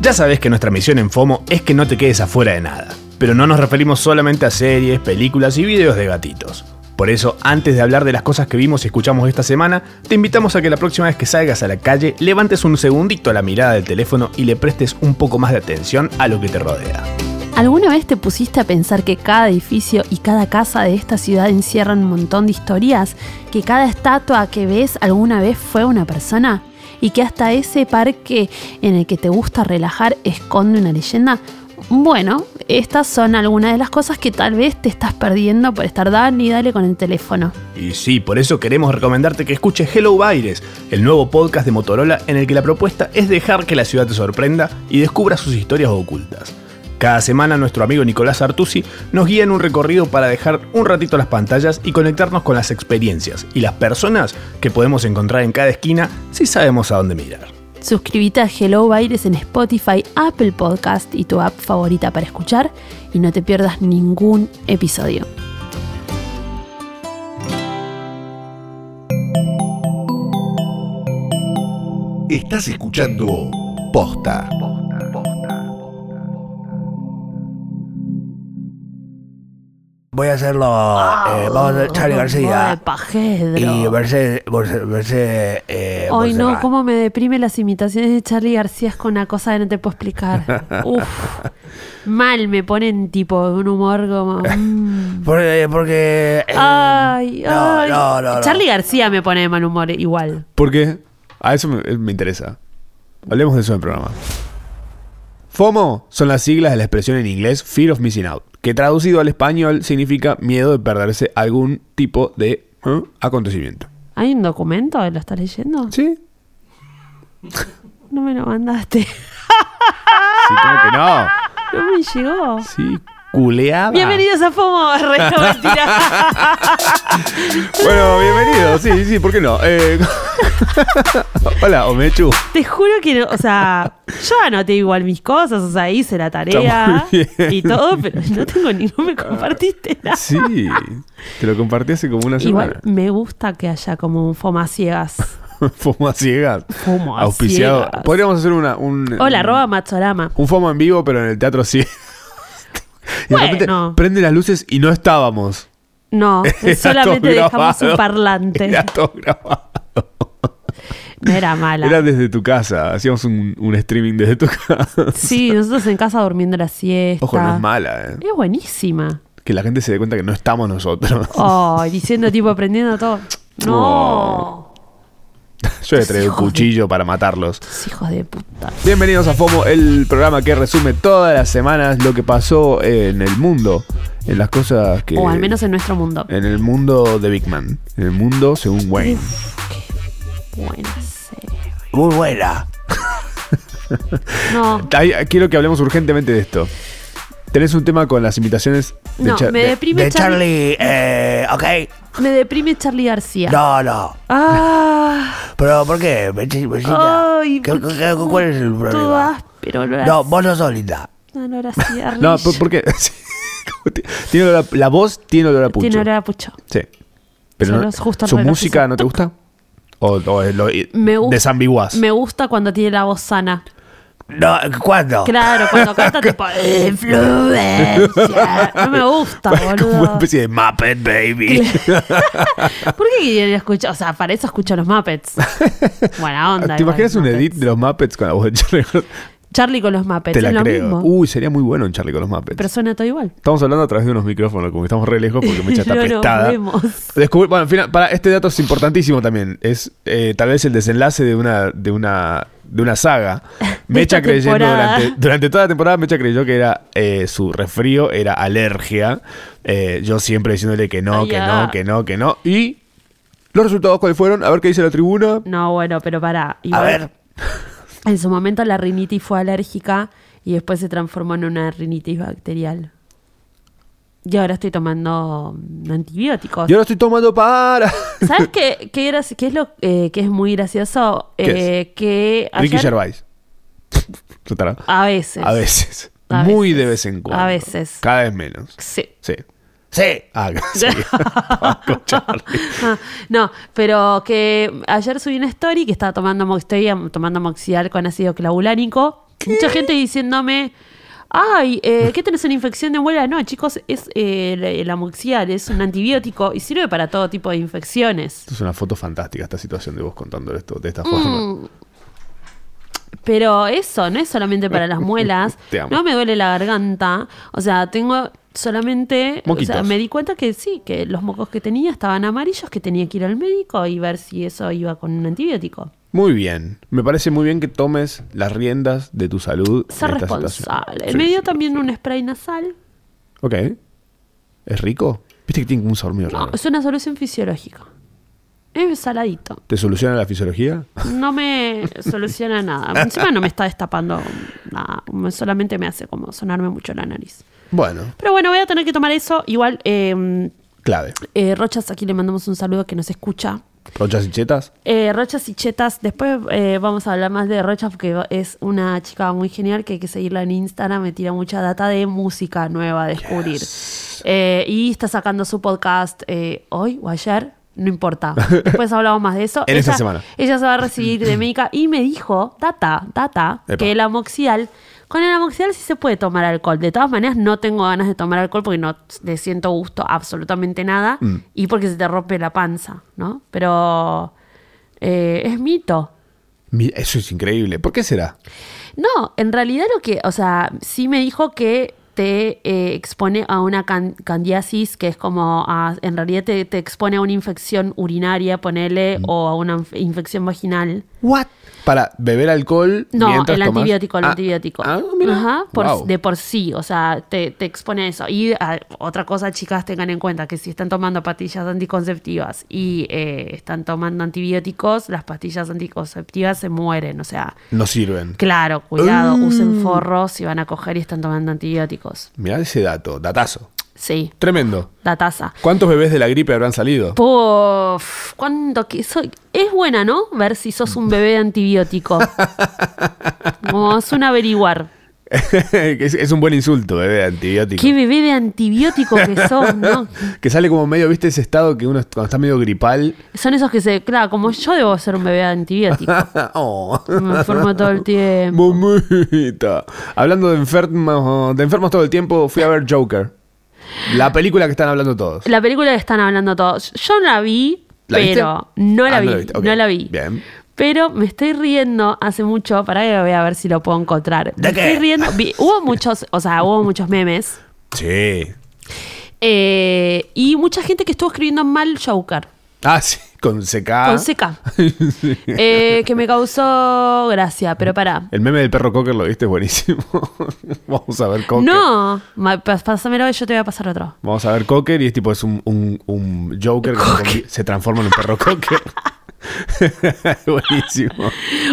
Ya sabes que nuestra misión en FOMO es que no te quedes afuera de nada, pero no nos referimos solamente a series, películas y videos de gatitos. Por eso, antes de hablar de las cosas que vimos y escuchamos esta semana, te invitamos a que la próxima vez que salgas a la calle levantes un segundito a la mirada del teléfono y le prestes un poco más de atención a lo que te rodea. ¿Alguna vez te pusiste a pensar que cada edificio y cada casa de esta ciudad encierran un montón de historias? ¿Que cada estatua que ves alguna vez fue una persona? ¿Y que hasta ese parque en el que te gusta relajar esconde una leyenda? Bueno, estas son algunas de las cosas que tal vez te estás perdiendo por estar dale y dale con el teléfono. Y sí, por eso queremos recomendarte que escuches Hello Baires, el nuevo podcast de Motorola en el que la propuesta es dejar que la ciudad te sorprenda y descubra sus historias ocultas. Cada semana nuestro amigo Nicolás Artusi nos guía en un recorrido para dejar un ratito las pantallas y conectarnos con las experiencias y las personas que podemos encontrar en cada esquina si sabemos a dónde mirar. Suscríbete a Hello Baires en Spotify, Apple Podcast y tu app favorita para escuchar y no te pierdas ningún episodio. Estás escuchando Posta. Voy a hacerlo. eh, vamos a hacer Charlie Voz de García. Pajedro. Y Mercedes. Mercedes. Mercedes, eh, Ay, no, Montserrat. cómo me deprime las imitaciones de Charlie García es con una cosa que no te puedo explicar. Uf, mal me ponen tipo de un humor como. mm. Porque. porque eh, Ay, no, ay. no, no, no. Charlie García me pone de mal humor igual. ¿Por qué? A eso me, me interesa. Hablemos de eso en el programa. FOMO son las siglas de la expresión en inglés Fear of Missing Out, que traducido al español significa miedo de perderse algún tipo de ¿eh? acontecimiento. ¿Hay un documento? ¿Lo estás leyendo? ¿Sí? No me lo mandaste. Sí, como que no. No me llegó. Ah. Sí, culeada. Bienvenidos a FOMO. Re, no, mentira. Bueno, bienvenido. Sí, sí, ¿por qué no? Eh, Hola, Omechu. Te juro que, no- o sea, yo anoté igual mis cosas, o sea, hice la tarea Está muy bien. Ah. y todo, pero no tengo ni, no me compartiste nada. Sí, te lo compartí hace como una Igual semana. me gusta que haya como un FOMA ciegas. FOMO a ciegas. FOMO a Auspiciado. ciegas. Podríamos hacer una, un, Hola, un- arroba machorama. un FOMO en vivo, pero en el teatro sí. Y de repente Bueno. prende las luces y no estábamos. No, Era solamente todo dejamos un grabado. parlante. Era todo grabado. No era mala. Era desde tu casa. Hacíamos un, un streaming desde tu casa. Sí, nosotros en casa durmiendo la siesta. Ojo, no es mala, ¿eh? Es buenísima. Que la gente se dé cuenta que no estamos nosotros. Oh, diciendo tipo aprendiendo todo. No. Yo le traigo el Hijos de- cuchillo para matarlos. Estos Hijos de puta. Bienvenidos a FOMO, el programa que resume todas las semanas lo que pasó en el mundo, en las cosas que... O al menos en nuestro mundo. en el mundo de Big Man, en el mundo según Wayne. Bueno, sí. Muy buena. No. Ahí- quiero que hablemos urgentemente de esto. Tenés un tema con las imitaciones de No, Char- me de- deprime De Charlie. Charlie. Eh, ok. Me deprime Charlie García. No, no. Ah, Pero ¿por qué? Mechi- Mechita? Ay, ¿Qué- ¿por qué- qué? ¿Cuál es el todo problema? áspero. olor a- No, vos no sos linda. olor a cigarrillo. No, ¿por, por qué? Sí, como ti- tiene olor a- la voz tiene olor a pucho. Tiene olor a pucho. Sí. Pero Son no- los justos ¿Su relojes. música no te gusta? ¿O, o es lo, Me gu- desambiguás? Me gusta cuando tiene la voz sana. No, ¿cuándo? Claro, cuando canta tipo influencia. No me gusta, Como una boludo. especie de Muppet Baby. ¿Por qué quieren escuchar? O sea, para eso escucho los Muppets. Buena onda. ¿Te igual, imaginas un Muppets. edit de los Muppets con la voz de Charlie? García? Charlie con los Muppets. Te la es lo creo. Uh. mismo. Uy, sería muy bueno un Charlie con los Muppets. Pero suena todo igual. Estamos hablando a través de unos micrófonos, como que estamos re lejos porque Mecha está No nos prestada. vemos. Descubrí- bueno, al final, para, este dato es importantísimo también. Es eh, tal vez el desenlace de una, de una, de una saga. Mecha esta creyendo temporada. durante, durante toda la temporada, Mecha creyó que era eh, su resfrío, era alergia. Eh, yo siempre diciéndole que no, Ay, que ya. no, que no, que no. Y los resultados cuáles fueron, a ver qué dice la tribuna. No, bueno, pero pará. Igual, A ver. En su momento la rinitis fue alérgica y después se transformó en una rinitis bacterial. Y ahora estoy tomando mm, antibióticos. Yo lo estoy tomando para. ¿Sabes qué, qué, era- qué es lo eh, que es muy gracioso? ¿Qué Eh, que Ricky ayer- Gervais. Total. A veces. A veces. A Muy veces. de vez en cuando. A veces. Cada vez menos. Sí. Sí. Sí. Ah, sí. Estaba con Charlie. Ah, no, pero que ayer subí una story que estaba tomando, mo- estoy am- tomando moxial con ácido clavulánico Mucha gente diciéndome, ay, eh, ¿qué tenés una infección de muela? No, chicos, es eh, el, el amoxial, es un antibiótico y sirve para todo tipo de infecciones. Esto es una foto fantástica, esta situación de vos contando esto de esta forma. Mm. Pero eso no es solamente para las muelas. Te amo. No me duele la garganta. O sea, tengo solamente. o Moquitos. sea, me di cuenta que sí, que los mocos que tenía estaban amarillos, que tenía que ir al médico y ver si eso iba con un antibiótico. Muy bien. Me parece muy bien que tomes las riendas de tu salud. Ser en esta responsable. situación. me Sí, dio sí. también un spray nasal. Ok. ¿Es rico? Viste que tiene como un sabor muy raro. No, es una solución fisiológica. Es saladito. ¿Te soluciona la fisiología? No me soluciona nada. Encima no me está destapando nada. Solamente me hace como sonarme mucho la nariz. Bueno, Pero bueno, voy a tener que tomar eso. Igual, eh, clave. eh, Rochas, aquí le mandamos un saludo que nos escucha. ¿Rochas y chetas? Eh, Rochas y Chetas, después eh, vamos a hablar más de Rochas porque va- es una chica muy genial que hay que seguirla en Instagram, me tira mucha data de música nueva a descubrir. Eh, y está sacando su podcast eh, hoy o ayer, no importa. Después hablamos más de eso. En esta semana. Ella se va a recibir de médica y me dijo, data, data, Epa. que el amoxial, con el amoxial sí se puede tomar alcohol. De todas maneras, no tengo ganas de tomar alcohol porque no le siento gusto a absolutamente nada y porque se te rompe la panza, ¿no? Pero eh, es mito. Mi- Eso es increíble. ¿Por qué será? No, en realidad lo que, o sea, sí me dijo que te eh, expone a una can- candidiasis, que es como, a- en realidad te, te expone a una infección urinaria, ponele, o a una inf- infección vaginal. ¿What? Para beber alcohol No, mientras el tomás- antibiótico, el Ah, antibiótico. Ah, mira. Ajá, por- Wow. de por sí, o sea, te, te expone a eso. Y ah, otra cosa, chicas, tengan en cuenta que si están tomando pastillas anticonceptivas y eh, están tomando antibióticos, las pastillas anticonceptivas se mueren, o sea, No sirven. Claro, cuidado, Ah. usen forros si van a coger y están tomando antibióticos. Mirá ese dato, datazo. Sí, Tremendo. la taza. ¿Cuántos bebés de la gripe habrán salido? Puf, cuánto que soy. Es buena, ¿no? Ver si sos un bebé de antibiótico. Como es un averiguar. es, es un buen insulto, bebé de antibiótico. Qué bebé de antibiótico que sos, ¿no? Que sale como medio, viste, ese estado que uno cuando está medio gripal. Son esos que se. Claro, como yo debo ser un bebé de antibiótico. oh. Me enfermo todo el tiempo. Mamita. Hablando de enfermos, de enfermos todo el tiempo, fui a ver Joker. La película que están hablando todos. La película que están hablando todos. Yo la vi, ¿La viste? pero no la Ah, vi. no No la la, viste, ok. vi. Bien. Pero me estoy riendo hace mucho. Para que voy a ver si lo puedo encontrar. ¿De me qué? estoy riendo. Vi- hubo muchos, o sea, hubo muchos memes. Sí. eh, y mucha gente que estuvo escribiendo mal Joker. Ah, sí, con CK. Con seca. que me causó gracia, pero pará. El meme del perro Cocker lo viste, es buenísimo. Vamos a ver Cocker. No, ma- pas- pásamelo y yo te voy a pasar otro. Vamos a ver Cocker y es tipo, es un, un- un Joker que se convi- se transforma en un perro Cocker. buenísimo.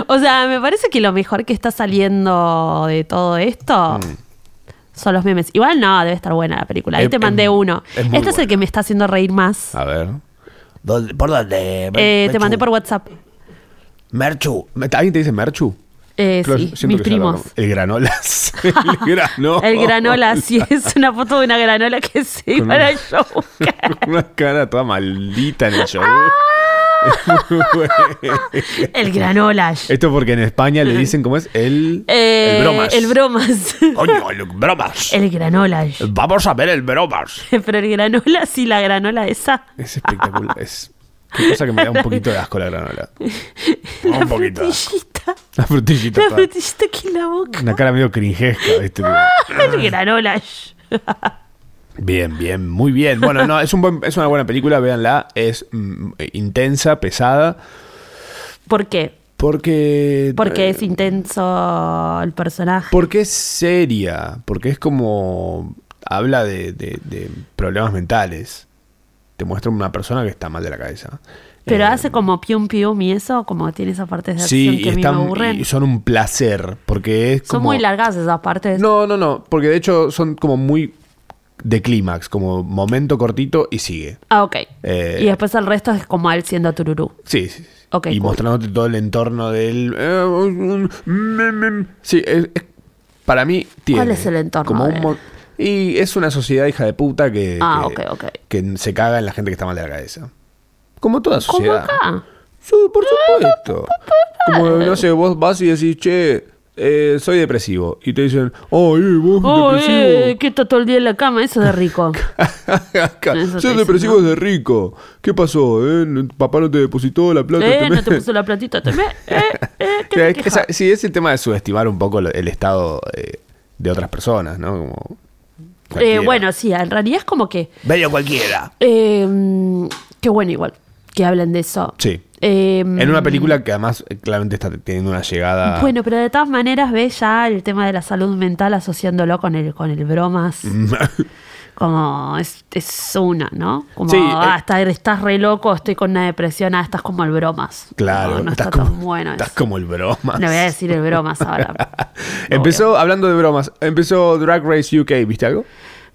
O sea, me parece que lo mejor que está saliendo de todo esto son los memes. Igual no, debe estar buena la película. Ahí Mm. Es- te es- mandé uno. es muy este es buena. Ah, el que me está haciendo reír más. A ver. ¿Dónde- ¿Por dónde? Mer- Eh, te Merchu? mandé por WhatsApp. Merchu. ¿Alguien te dice Merchu? Eh, Pero sí, siento mis que ya lo primos. hablamos. El granolas. El granolas. El granola, sí, es una foto de una granola que se Con iba para una- el show. Con una cara toda maldita en el show. Ah. El granola. Esto porque en España le dicen cómo es el, Eh, el bromas. El Eh. bromas. Coño, el bromas. El granola. Vamos a ver el bromas. Pero el granola, sí, la granola esa. Es espectacular. Es qué cosa que me da un poquito de asco la granola. La Un poquito. frutillita. La frutillita. La toda. frutillita aquí en la boca. Una cara medio cringesca, ¿viste? El granola. Bien, bien, muy bien. Bueno, no, es, un buen- es una buena película, véanla. Es mm, intensa, pesada, ¿Por qué? porque... eh, Porque es intenso el personaje. Porque es seria, porque es como... Habla de, de- de problemas mentales. Te muestra una persona que está mal de la cabeza. Pero Eh, hace como pium pium y eso, como tiene esas partes de acción Sí, y, que a mí me están- aburren. y son un placer, porque es Son como... muy largas esas partes. No, no, no, porque de hecho son como muy de clímax, como momento cortito y sigue. Ah, ok. Eh, y después el resto es como él siendo tururú. Sí, sí. sí. Ok, y cool. mostrándote todo el entorno del... eh, un- mm, mm. Sí, es- es- para mí tiene... ¿Cuál es el entorno Como un de- mon- y es una sociedad hija de puta que... Ah, que, ok, ok. que se caga en la gente que está mal de la cabeza. Como toda Como sociedad. acá. Sí, por supuesto. Como, no sé, vos vas y decís, che, eh, soy depresivo. Y te dicen, oh, eh, vos Oh, eh, depresivo. que está todo el día en la cama, eso de rico. Eso te Ser dicen, depresivo ¿no? es de rico. ¿Qué pasó? eh? ¿No- ¿Papá no te depositó la plata? eh, no ¿Temés? te puso la platita también. Eh, eh, ¿qué te Es que quejas? esa- sí, es el tema de subestimar un poco el- el estado eh, de otras personas, ¿no? Como Eh, cualquiera. bueno, sí, en realidad es como que. Medio cualquiera. eh, mm, qué bueno, igual, que hablen de eso. Sí. Eh, En una película que además eh, claramente está teniendo una llegada. Bueno, pero de todas maneras ves ya el tema de la salud mental asociándolo con el, con el bromas. Como es, es una, ¿no? Como, Sí, ah, eh. está- estás re loco, estoy con una depresión, ah, estás como el bromas. claro, No, no estás está como, tan bueno Estás eso. como el bromas. Le voy a decir el bromas ahora. empezó, hablando de bromas, empezó Drag Race UK, ¿viste algo?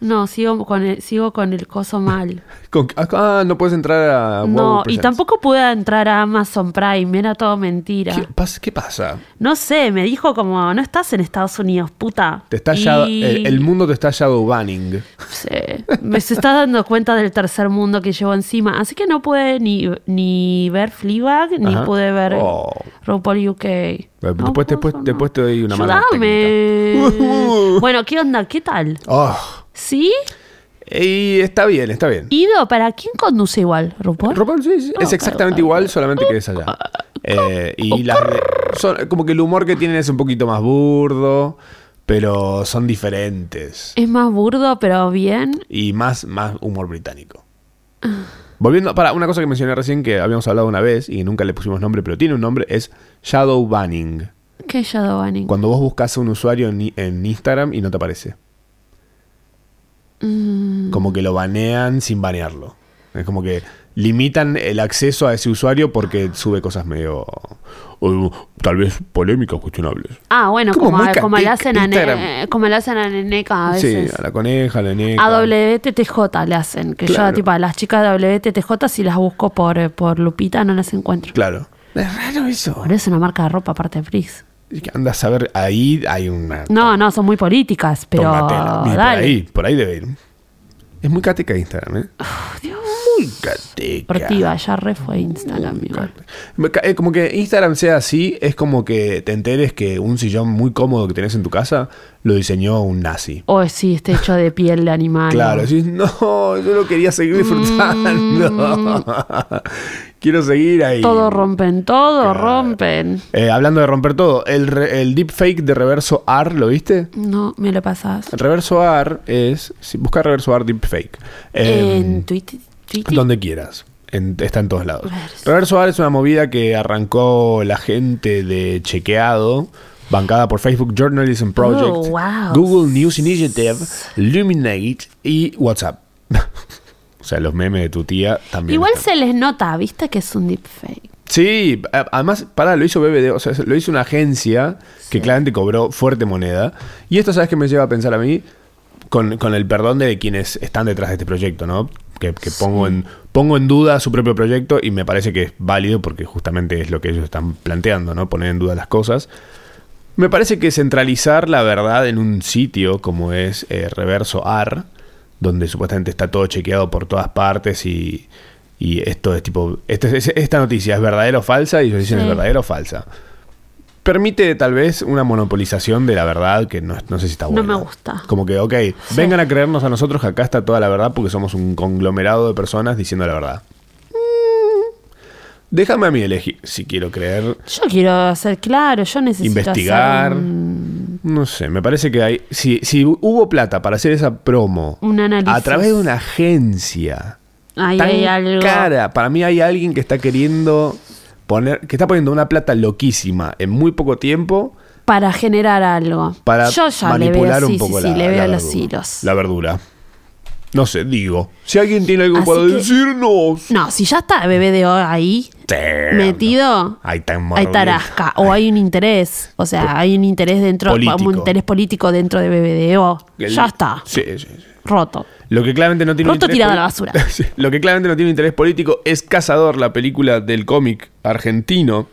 No, sigo con el, sigo con el coso mal. Con- ah, no puedes entrar a. WoW No, y Presents. tampoco pude entrar a Amazon Prime, era todo mentira. ¿Qué pasa? ¿Qué pasa? No sé, me dijo como, no estás en Estados Unidos, puta. Te está Y- shadow- el, el mundo te está shadowbanning. Sí. pues, eh, Me se está dando cuenta del tercer mundo que llevo encima. Así que no pude ni, ni ver Fleabag, ni Ajá. pude ver Oh. Eh, RuPaul UK. No después- después- puedo, después te doy una mano Ayúdame. técnica. bueno, ¿qué onda? ¿Qué tal? Oh, ¿Sí? y está bien, está bien. Ido, ¿para quién conduce igual? ¿RuPaul? RuPaul, sí, sí, Ah, es exactamente ah, igual, solamente que es allá. Eh, y las de- son- como que el humor que tienen es un poquito más burdo, pero son diferentes. Es más burdo, pero bien. Y más, más humor británico. Volviendo, para una cosa que mencioné recién que habíamos hablado una vez y nunca le pusimos nombre, pero tiene un nombre, es Shadow Banning. ¿Qué es Shadowbanning? Cuando vos buscas a un usuario en, i- en Instagram y no te aparece. Mm. Como que lo banean sin banearlo. Es como que limitan el acceso a ese usuario porque sube cosas medio. o, tal vez polémicas, cuestionables. Ah, bueno, Como como, muy como le hacen a Instagram. ne- como le hacen a Neneca a Sí, veces. a la coneja, a la negra. A WTTJ le hacen, que Claro. yo tipo a las chicas de WTTJ si las busco por, eh, por Lupita no las encuentro. Claro. Es raro eso. ¿eh? Pero es una marca de ropa aparte de Pris. Es que Anda a saber, ahí hay una. No, no, son muy políticas, pero tomatera. Y por dale. ahí, por ahí debe ir. Es muy cateca Instagram, ¿eh? Muy cateca. Deportiva, ya re fue Instagram igual. Me ca- eh, Como que Instagram sea así, es como que te enteres que un sillón muy cómodo que tenés en tu casa lo diseñó un nazi. O sí, este hecho de piel de animal. Claro, decís, no, yo lo quería seguir disfrutando. Quiero seguir ahí. Mm. Todo rompen, todo Claro. rompen. Eh, hablando de romper todo, el, re- el deepfake de Reverso R, ¿lo viste? No, me lo pasas. Reverso R es. si- busca Reverso R deepfake. Eh, en Twitter. Twitter. Donde quieras. En- está en todos lados. Reverso. Reverso R es una movida que arrancó la gente de Chequeado, bancada por Facebook Journalism Project, Oh, wow. Google News Initiative, Luminate y WhatsApp. o sea, los memes de tu tía también. Igual están. se les nota, viste que es un deepfake. Sí, a- además, pará, lo hizo BBD, o sea, lo hizo una agencia que claramente cobró fuerte moneda. Y esto, ¿sabes qué me lleva a pensar a mí? Con, con el perdón de quienes están detrás de este proyecto, ¿no? Que, que pongo, en, pongo en duda su propio proyecto y me parece que es válido porque justamente es lo que ellos están planteando, ¿no? Poner en duda las cosas. Me parece que centralizar la verdad en un sitio como es eh, Reverso AR, donde supuestamente está todo chequeado por todas partes y, y esto es tipo, este- es- esta noticia es verdadera o falsa y ellos dicen Sí. es verdadera o falsa. Permite tal vez una monopolización de la verdad que no, no sé si está No bueno. me gusta. Como que, ok, vengan a creernos a nosotros que acá está toda la verdad porque somos un conglomerado de personas diciendo la verdad. Mm. Déjame a mí elegir si quiero creer Yo quiero ser claro, yo necesito Investigar. hacer un- No sé, me parece que hay. Si, si hubo plata para hacer esa promo Un análisis. a través de una agencia Ahí tan hay algo. cara, para mí hay alguien que está queriendo poner. que está poniendo una plata loquísima en muy poco tiempo para generar algo. para Yo ya le veo, manipular sí, un poco sí, sí, la, le veo la los verdura, hilos. La verdura. No sé, digo. Si alguien tiene algo Así para que- decirnos. No, si ya está bebé de hoy ahí Sí, metido, Ahí está en hay tarasca o hay un interés, o sea, hay un interés dentro, Político. un interés político dentro de BBDO. El- Ya está, Sí, sí, sí. roto. Lo que claramente no tiene Roto tirado a la poli- basura. Sí. Lo que claramente no tiene interés político es Cazador, la película del cómic argentino.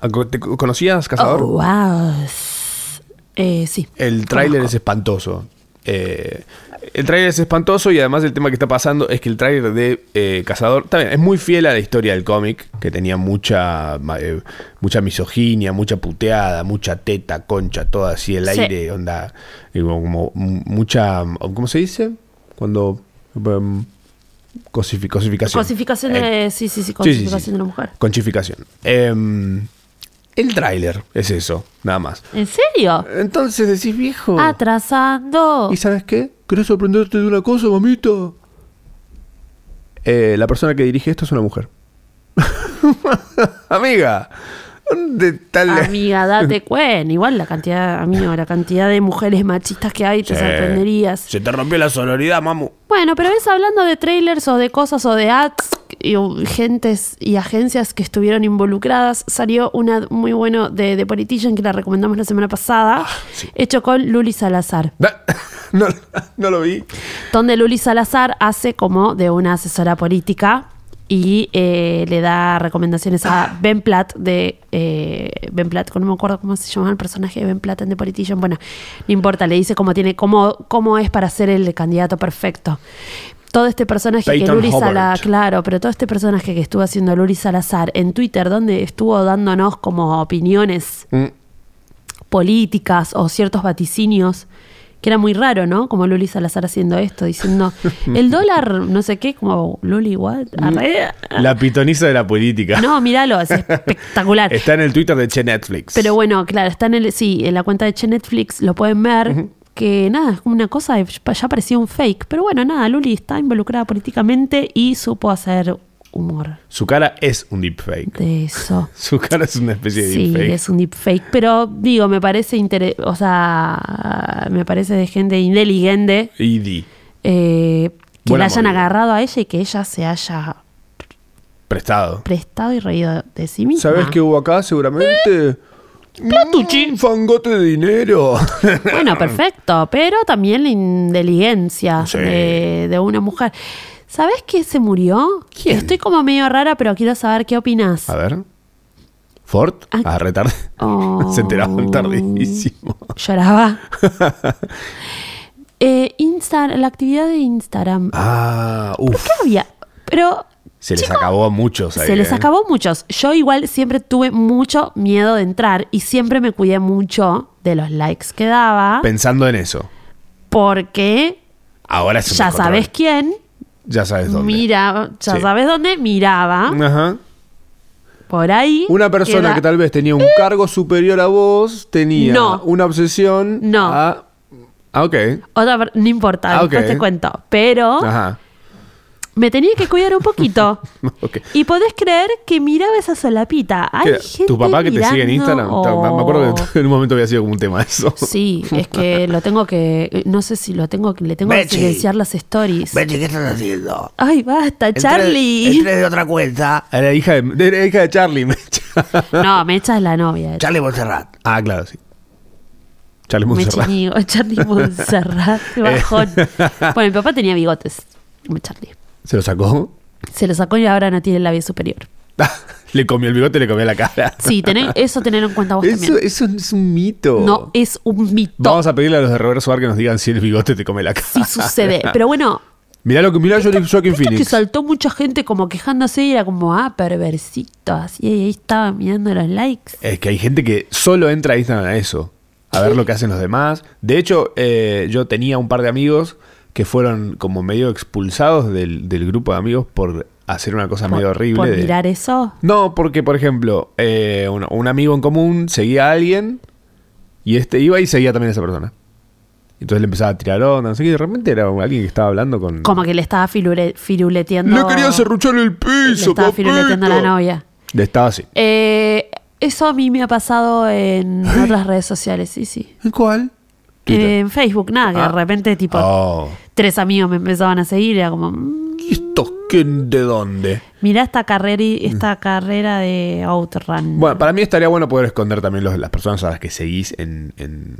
Aco- ¿Te co- conocías Oh, Cazador? wow. Eh, sí. El tráiler es espantoso. Eh, el tráiler es espantoso y además el tema que está pasando es que el tráiler de eh, Cazador también es muy fiel a la historia del cómic, que tenía mucha, ma- eh, mucha misoginia, mucha puteada, mucha teta, concha, todo así, el Sí. aire, onda, y como, como mu- mucha, ¿cómo se dice? Cuando... em, cosifi- cosificación. Cosificación Eh, de. Sí, sí, Sí, sí, sí. sí, cosificación de la mujer. Conchificación. Em, el tráiler es eso, nada más. ¿En Eh. serio? Entonces decís, viejo. Ah, Atrasando. ¿Y sabes qué? ¿Querés sorprenderte de una cosa, mamito? Eh, la persona que dirige esto es una mujer. Amiga, ¿dónde está el- Amiga, date cuenta. Igual la cantidad, amigo, la cantidad de mujeres machistas que hay, te Sí. sorprenderías. Se te rompió la sonoridad, mamu. Bueno, pero ves hablando de trailers o de cosas o de ads y u- gentes y agencias que estuvieron involucradas, salió una muy bueno de The Politician que la recomendamos la semana pasada, Ah, sí. hecho con Luli Salazar, Da- No, no lo vi. donde Luli Salazar hace como de una asesora política y eh, le da recomendaciones a Ben Platt de eh, Ben Platt, no me acuerdo cómo se llama el personaje de Ben Platt en The Politician, bueno, no importa, le dice cómo tiene cómo cómo es para ser el candidato perfecto. Todo este personaje que Peyton Luli Salazar, Hobart. Claro, pero todo este personaje que estuvo haciendo Luri Salazar en Twitter, donde estuvo dándonos como opiniones Mm. políticas o ciertos vaticinios, que era muy raro, ¿no? Como Luli Salazar haciendo esto, diciendo el dólar, no sé qué, como Luli, what? Arre- La pitoniza de la política. No, míralo, es espectacular. Está en el Twitter de Che Netflix. Pero bueno, claro, está en el, sí, en la cuenta de Che Netflix, lo pueden ver. Que nada, es como una cosa, de- ya parecía un fake. Pero bueno, nada, Luli está involucrada políticamente y supo hacer humor Su cara es un deepfake. de eso. Su cara es una especie de Sí, deepfake. es un deepfake. Pero digo, me parece inter... o sea, me parece de gente inteligente Y di, eh, que Buena la hayan movida. agarrado a ella y que ella se haya prestado. prestado y reído de sí misma. ¿Sabes qué hubo acá Eh, seguramente? Platucci. Un fangote de dinero. Bueno, perfecto, pero también la inteligencia Sí. de, de una mujer. ¿Sabes qué se murió? ¿Quién? Estoy como medio rara, pero quiero saber qué opinas. A ver. Ford. Ah. Ah, retarde. Oh. Se enteraban tardísimo. Lloraba. Eh, Insta- la actividad de Instagram. Ah, uff. ¿Qué había? Pero Se les acabó a muchos. ahí, se les ¿eh? acabó muchos. Yo igual siempre tuve mucho miedo de entrar y siempre me cuidé mucho de los likes que daba Pensando en eso. porque Ahora es un ya descontrol. sabes quién Ya sabes dónde. mira, ya Sí. sabes dónde miraba Ajá. por ahí. Una persona queda- que tal vez tenía un cargo superior a vos tenía No. una obsesión No. a. Ah, ok. otra per- no importa, Ah, después ok. Ah. te cuento, pero Ajá. me tenía que cuidar un poquito. Ok. Y podés creer que miraba esa solapita. Hay ¿Qué? gente ¿Tu papá que te sigue en mirando- Instagram? Me acuerdo Oh. que en un momento había sido como un tema eso. Sí, es que lo tengo que. No sé si lo tengo que. Le tengo que Mechi. silenciar las stories. Betty, ¿qué estás haciendo? Ay, basta, Entré- Charlie. Entré de otra cuenta. Era hija de, de- era hija de Charlie. Mecha. No, Mecha es la novia. Charlie Montserrat. ah, claro, sí. Charlie Mecha Montserrat. Eh. Ñigo, Charlie Montserrat. qué bajón. Bueno, mi papá tenía bigotes. como Charlie. ¿Se lo sacó? Se lo sacó y ahora no tiene el labio superior. le comió el bigote, le comió la cara. Sí, tené- eso tener en cuenta vos Eso, también. eso es un mito. No es un mito. Vamos a pedirle a los de Robert Suárez que nos digan si el bigote te come la cara. Sí sucede. Pero bueno, Mirá lo que mirá Johnny Joaquin Viste que Phoenix. saltó mucha gente como quejándose y era como, ah, perversito, así, y ahí estaba mirando los likes. Es que hay gente que solo entra a Instagram a eso, a ver lo que hacen los demás. De hecho, eh, yo tenía un par de amigos que fueron como medio expulsados del, del grupo de amigos por hacer una cosa medio horrible. Por de- mirar eso. No, porque, por ejemplo, eh, un, un amigo en común seguía a alguien y este iba y seguía también a esa persona. Entonces le empezaba a tirar onda, no sé qué, y de repente era alguien que estaba hablando con... Como que le estaba firule- firuleteando. Le quería serruchar el Le piso, estaba papito. firuleteando a la novia. Le estaba así. Eh, eso a mí me ha pasado en otras redes sociales, sí, sí. ¿En cuál? Eh, en Facebook, nada, Ah. que de repente, tipo, Oh. tres amigos me empezaban a seguir, y era como, mm, ¿Y esto quién de dónde? mirá esta carrera, y- esta carrera de Outrun. Mm. Bueno, para mí estaría bueno poder esconder también los- las personas a las que seguís en... en-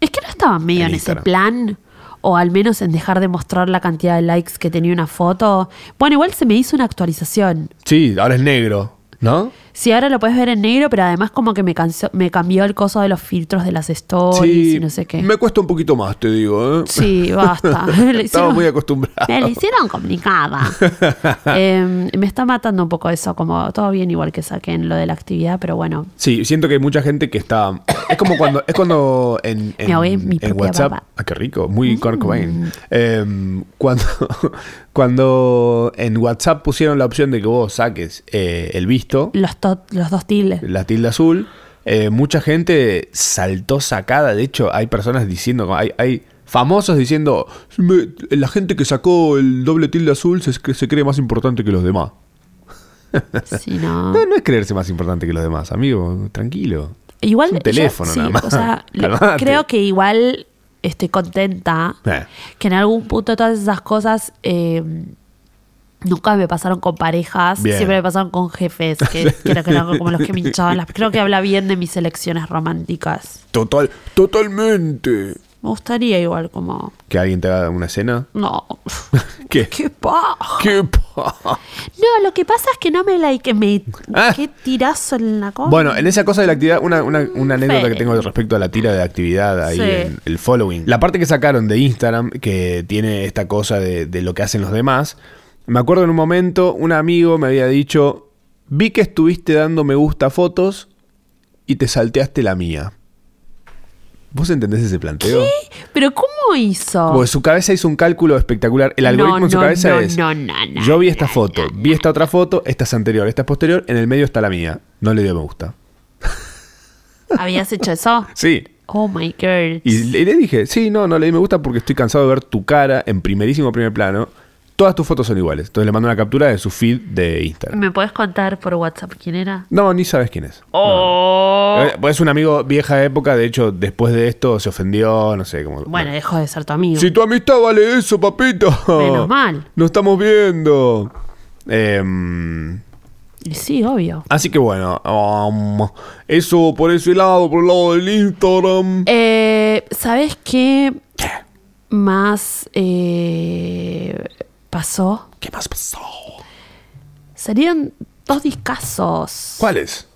Es que no estaban medio En en, ese Instagram. plan. O al menos en dejar de mostrar la cantidad de likes que tenía una foto. Bueno, igual se me hizo una actualización. Sí, ahora es negro, ¿no? Sí, ahora lo puedes ver en negro, pero además como que me, cansó- me cambió el coso de los filtros de las stories y no sé qué. Me cuesta un poquito más, te digo. ¿eh? Sí, basta. Estaba Le hicieron- muy acostumbrado. Me la hicieron complicada. Eh, me está matando un poco eso, como todo bien igual que saquen lo de la actividad, pero bueno, Sí, siento que hay mucha gente que está. Es como cuando. Es cuando en, en- Me ahogué mi en propia Mm. WhatsApp. baba. Ah, qué rico. Muy Kurt Cobain. Em, cuando, cuando en WhatsApp pusieron la opción de que vos saques eh, el visto, los, to- los dos tiles. la tilde azul, eh, mucha gente saltó sacada. De hecho, hay personas diciendo. Hay, hay famosos diciendo. "Me- la gente que sacó el doble tilde azul se, se cree más importante que los demás. Sí, no. No, no es creerse más importante que los demás, amigo. Tranquilo. Igual Es un yo- teléfono sí, nada más. o sea, le- Calmate. creo que igual estoy contenta Eh. que en algún punto todas esas cosas eh, nunca me pasaron con parejas, Bien. siempre me pasaron con jefes, que, que era- que eran como los que me hinchaban. las- Creo que habla bien de mis elecciones románticas. Total, totalmente. Me gustaría igual como... ¿Que alguien te haga una cena? No. ¿Qué? ¡Qué paja! ¿Qué pa- No, lo que pasa es que no me like... Me, Ah. ¡Qué tirazo en la cosa! Bueno, en esa cosa de la actividad, una, una- una anécdota que tengo respecto a la tira de actividad ahí Sí. en el following. La parte que sacaron de Instagram, que tiene esta cosa de, de lo que hacen los demás, me acuerdo en un momento, un amigo me había dicho, vi que estuviste dando me gusta a fotos y te salteaste la mía. ¿Vos entendés ese planteo? ¿Pero cómo hizo? Porque su cabeza hizo un cálculo espectacular. El No, algoritmo en su no, cabeza no, es. no, no, no, yo vi esta no, foto, no, vi esta otra foto, esta es anterior, esta es posterior, en el medio está la mía. No le dio me gusta. ¿Habías hecho eso? Sí. Oh, my God. Y le, le dije, sí, no, no le di me gusta porque estoy cansado de ver tu cara en primerísimo primer plano. Todas tus fotos son iguales. Entonces le mando una captura de su feed de Instagram. ¿Me puedes contar por WhatsApp quién era? No, ni sabes quién es. Oh. Eh, pues Es un amigo vieja época, de hecho, después de esto se ofendió, no sé cómo. Bueno, dejó de ser tu amigo. Si tu amistad vale eso, papito. Menos mal. Nos estamos viendo. Em, Y sí, obvio. Así que bueno, um, eso por ese lado, por el lado del Instagram. Eh, ¿Sabes qué más eh, pasó? ¿Qué más pasó? Serían dos discazos. ¿Cuáles?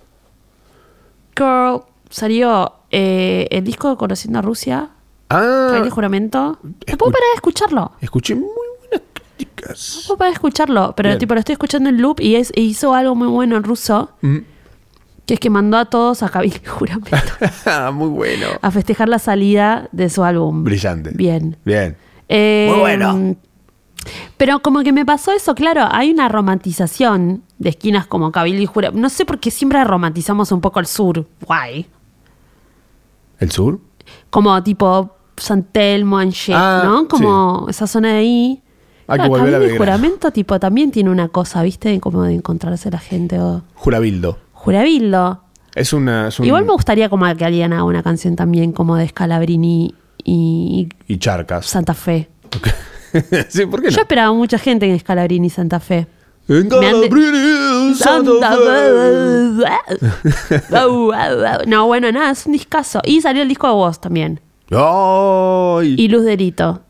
Girl salió eh, el disco de Conociendo a Rusia, Trail Ah, de Juramento. escu- No puedo parar de escucharlo. escuché muy buenas críticas. No puedo parar de escucharlo, pero Bien. tipo lo estoy escuchando en loop y es, e hizo algo muy bueno en ruso, Mm. que es que mandó a todos a Cabil Juramento. muy bueno. a festejar la salida de su álbum. Brillante. Bien. Bien. Eh, Muy bueno. Pero como que me pasó eso, claro, hay una romantización de esquinas como Cabildo y Jura. No sé por qué siempre romantizamos un poco el sur. Guay. ¿El sur? Como tipo San Telmo, Angel, Ah, ¿no? Como esa zona de ahí. Hay que Claro, volver a Cabildo y Belgrano. juramento, tipo, también tiene una cosa, ¿viste? Como de encontrarse la gente o Jurabildo. jurabildo. Es una. es un- Igual me gustaría como que alguien haga una canción también como de Scalabrini y Y charcas. Santa Fe. sí, ¿por qué Yo no? esperaba mucha gente en Scalabrini y Santa Fe. En me han de- Calabrini, Santa Fe. No, bueno, nada, es un discazo. Y salió el disco de Woz también. ¡Ay! Y Luz Delito.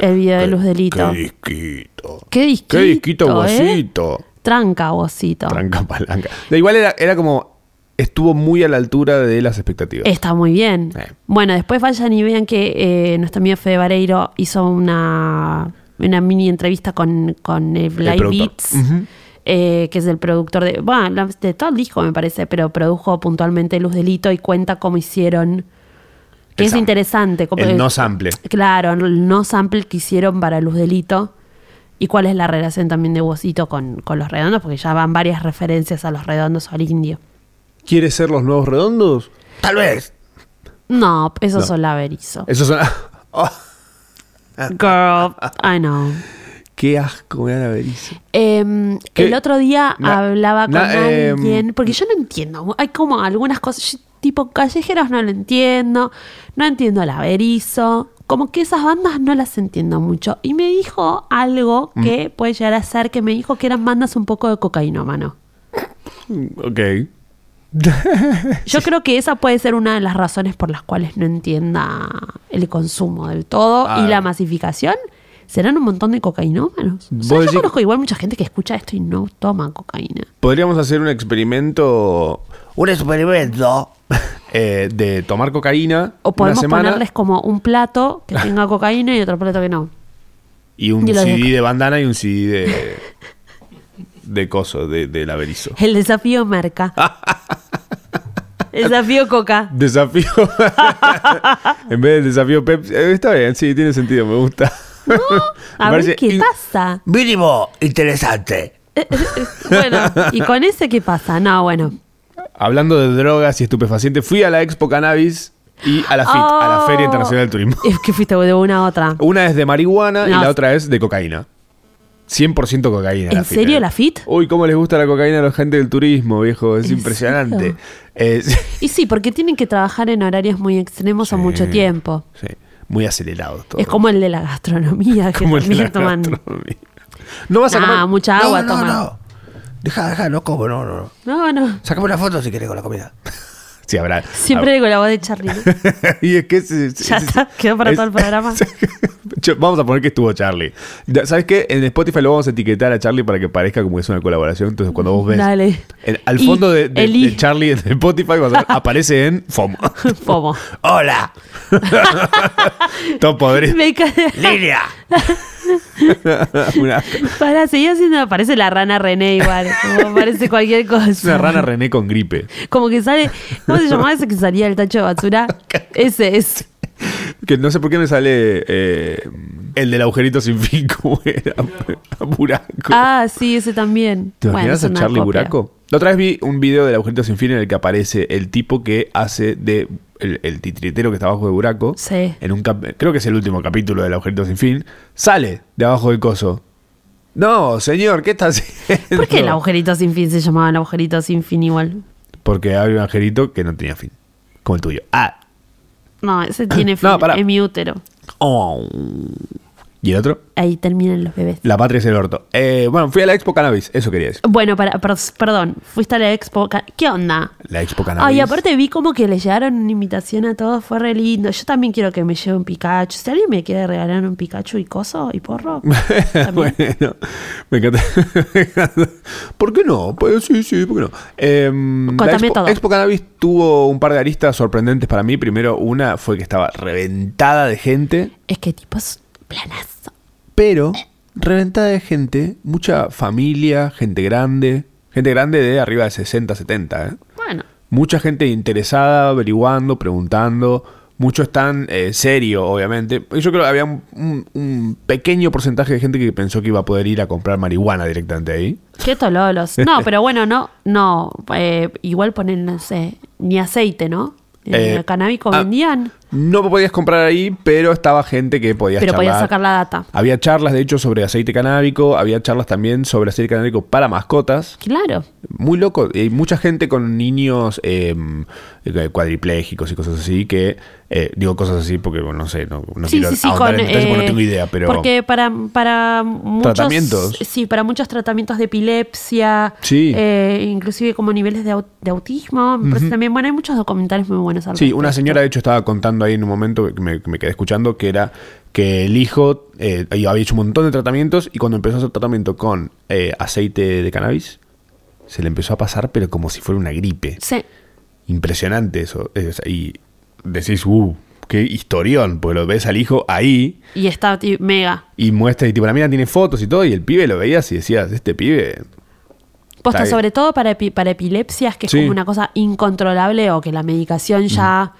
El video de Luz Delito. ¡Qué disquito! Qué disquito. ¡Qué disquito, eh? Ah. vosito! Tranca, Wozito. Tranca palanca. Da igual era, era como. Estuvo muy a la altura de las expectativas. Está muy bien. Eh. Bueno, después vayan y vean que eh, nuestro amigo Fede Vareiro hizo una, una mini entrevista con, con eh, Live productor. Beats, eh, que es el productor de, bueno, la- de todo el disco, me parece, pero produjo puntualmente Luz Delito y cuenta cómo hicieron. Que El es sample. interesante. cómo- El no sample. Claro, el no sample que hicieron para Luz Delito. Y cuál es la relación también de Bosito con, con los redondos, porque ya van varias referencias a los redondos o al indio. ¿Quieres ser los nuevos redondos? Tal vez. No, eso No. es Olaverizo. Eso suena. Oh, Girl, I know. ¡Qué asco me da la vericia. Em, ¿Qué? el otro día Na- hablaba con na- em, alguien, porque yo no entiendo, hay como algunas cosas, yo, tipo callejeros no lo entiendo, no entiendo el averizo, como que esas bandas no las entiendo mucho. Y me dijo algo que Mm. puede llegar a ser, que me dijo que eran bandas un poco de cocainómano. Ok. Yo creo que esa puede ser una de las razones por las cuales no entienda el consumo del todo Ah. y la masificación. ¿Serán un montón de cocainómanos? O sea, Vos yo decís- conozco igual mucha gente que escucha esto y no toma cocaína. Podríamos hacer un experimento Un experimento. eh, de tomar cocaína O podemos una semana ponerles como un plato que tenga cocaína y otro plato que no. y un y los CD deca- de bandana y un CD de de coso de, del averizo. El desafío merca. desafío coca. Desafío. en vez del desafío Pepsi. eh, está bien, sí, tiene sentido, me gusta. A Me ver parece qué in- pasa. Eh, Mínimo interesante. Bueno, ¿y con ese qué pasa? No, bueno. Hablando de drogas y estupefacientes, fui a la Expo Cannabis y a la FIT, a la Oh. Feria Internacional del Turismo. Es que fuiste de una a otra. Una es de marihuana y No. la otra es de cocaína. 100% cocaína. ¿En la FIT, serio eh. la FIT? Uy, cómo les gusta la cocaína a la gente del turismo, viejo. Es ¿En impresionante. serio? Eh, sí, Y sí, porque tienen que trabajar en horarios muy extremos o mucho tiempo. sí, muy acelerado todo. Es como el de la gastronomía, que Como el de también la toman. Ah, gastronomía. No vas a Nah, comer. mucha agua toman. no. Deja, deja, no como, no, no, no. No, no. Sacame una foto si querés con la comida. Sí, habrá. Siempre con la voz de Charlie. ¿no? y es que ese- ese- Ya está, quedó para todo el programa. Yo- vamos a poner que estuvo Charlie. Ya, ¿Sabes qué? En Spotify lo vamos a etiquetar a Charlie para que parezca como que es una colaboración. Entonces, cuando vos ves. Dale. en- al Y fondo de, de- Eli. de Charlie en Spotify vas a ver, aparece en FOMO. Fomo. Hola, Todo podrido. Me cae. Lilia. una, Para seguir haciendo. Parece la rana René igual. Como parece cualquier cosa. una rana René con gripe. Como que sale. ¿Cómo se llamaba ese que salía del tacho de basura? Ese es. Que no sé por qué me sale eh, el del agujerito sin fin, como era. A Buraco. Ah, sí, ese también. ¿Te Bueno, imaginas es una a Charlie copia. Buraco? La otra vez vi un video del agujerito sin fin en el que aparece el tipo que hace de el, el titiritero que está abajo de Buraco. Sí. En un cap- creo que es el último capítulo del agujerito sin fin. Sale de abajo del coso. No, señor, ¿qué estás haciendo? ¿Por qué el agujerito sin fin se llamaba el agujerito sin fin igual? Porque había un agujerito que no tenía fin. Como el tuyo. Ah. No, ese tiene fin No, pará. en mi útero. Oh. ¿Y el otro? Ahí terminan los bebés. La patria es el orto. Eh, bueno, fui a la Expo Cannabis. Eso quería decir. Bueno, para, per- perdón, fuiste a la expo. Ca- ¿Qué onda? La Expo Cannabis. Ay, aparte vi como que le llegaron una invitación a todos, fue re lindo. Yo también quiero que me lleve un Pikachu. Si alguien me quiere regalar un Pikachu y coso y porro, también. bueno, me encanta. me encanta. ¿Por qué no? Pues sí, sí, ¿por qué no? Em, la Contame Expo, todo. Expo Cannabis tuvo un par de aristas sorprendentes para mí. Primero, una fue que estaba reventada de gente, Es que tipo es planazo. pero reventada de gente, mucha familia, gente grande, gente grande de arriba de 60, 70, ¿eh? Bueno, Mucha gente interesada, averiguando, preguntando. Muchos están eh, serio, obviamente. Yo creo que había un, un- un pequeño porcentaje de gente que pensó que iba a poder ir a comprar marihuana directamente ahí. qué tololos. No, pero bueno, no, no. eh, igual ponen, no sé, ni aceite, ¿no? Eh, El canábico ah, vendían, No podías comprar ahí, pero estaba gente que podías pero podías charlar. sacar la data. Había charlas, de hecho, sobre aceite canábico. Había charlas también sobre aceite canábico para mascotas. Claro. Muy loco. Hay mucha gente con niños eh, cuadriplégicos y cosas así que... eh, digo cosas así porque, bueno, no sé, no, no quiero ahondar en detalles porque no eh, tengo idea, pero... Porque para, para muchos... Tratamientos. Sí, para muchos tratamientos de epilepsia. Sí. eh, inclusive como niveles de, au- de autismo. Me parece también, bueno, hay muchos documentales muy buenos al Sí, respecto. una señora de hecho estaba contando ahí en un momento que me, que me quedé escuchando que era que el hijo eh, había hecho un montón de tratamientos y cuando empezó a hacer tratamiento con eh, aceite de cannabis, se le empezó a pasar, pero como si fuera una gripe. Sí. Impresionante eso. Es- y decís, uh, qué historión, pues lo ves al hijo ahí Y está ti- mega. y muestra, y tipo, la mina tiene fotos y todo, y el pibe lo veías y decías, este pibe. Está Posta, bien. sobre todo para, epi- para epilepsias, que es Sí. Mm. como una cosa incontrolable o que la medicación ya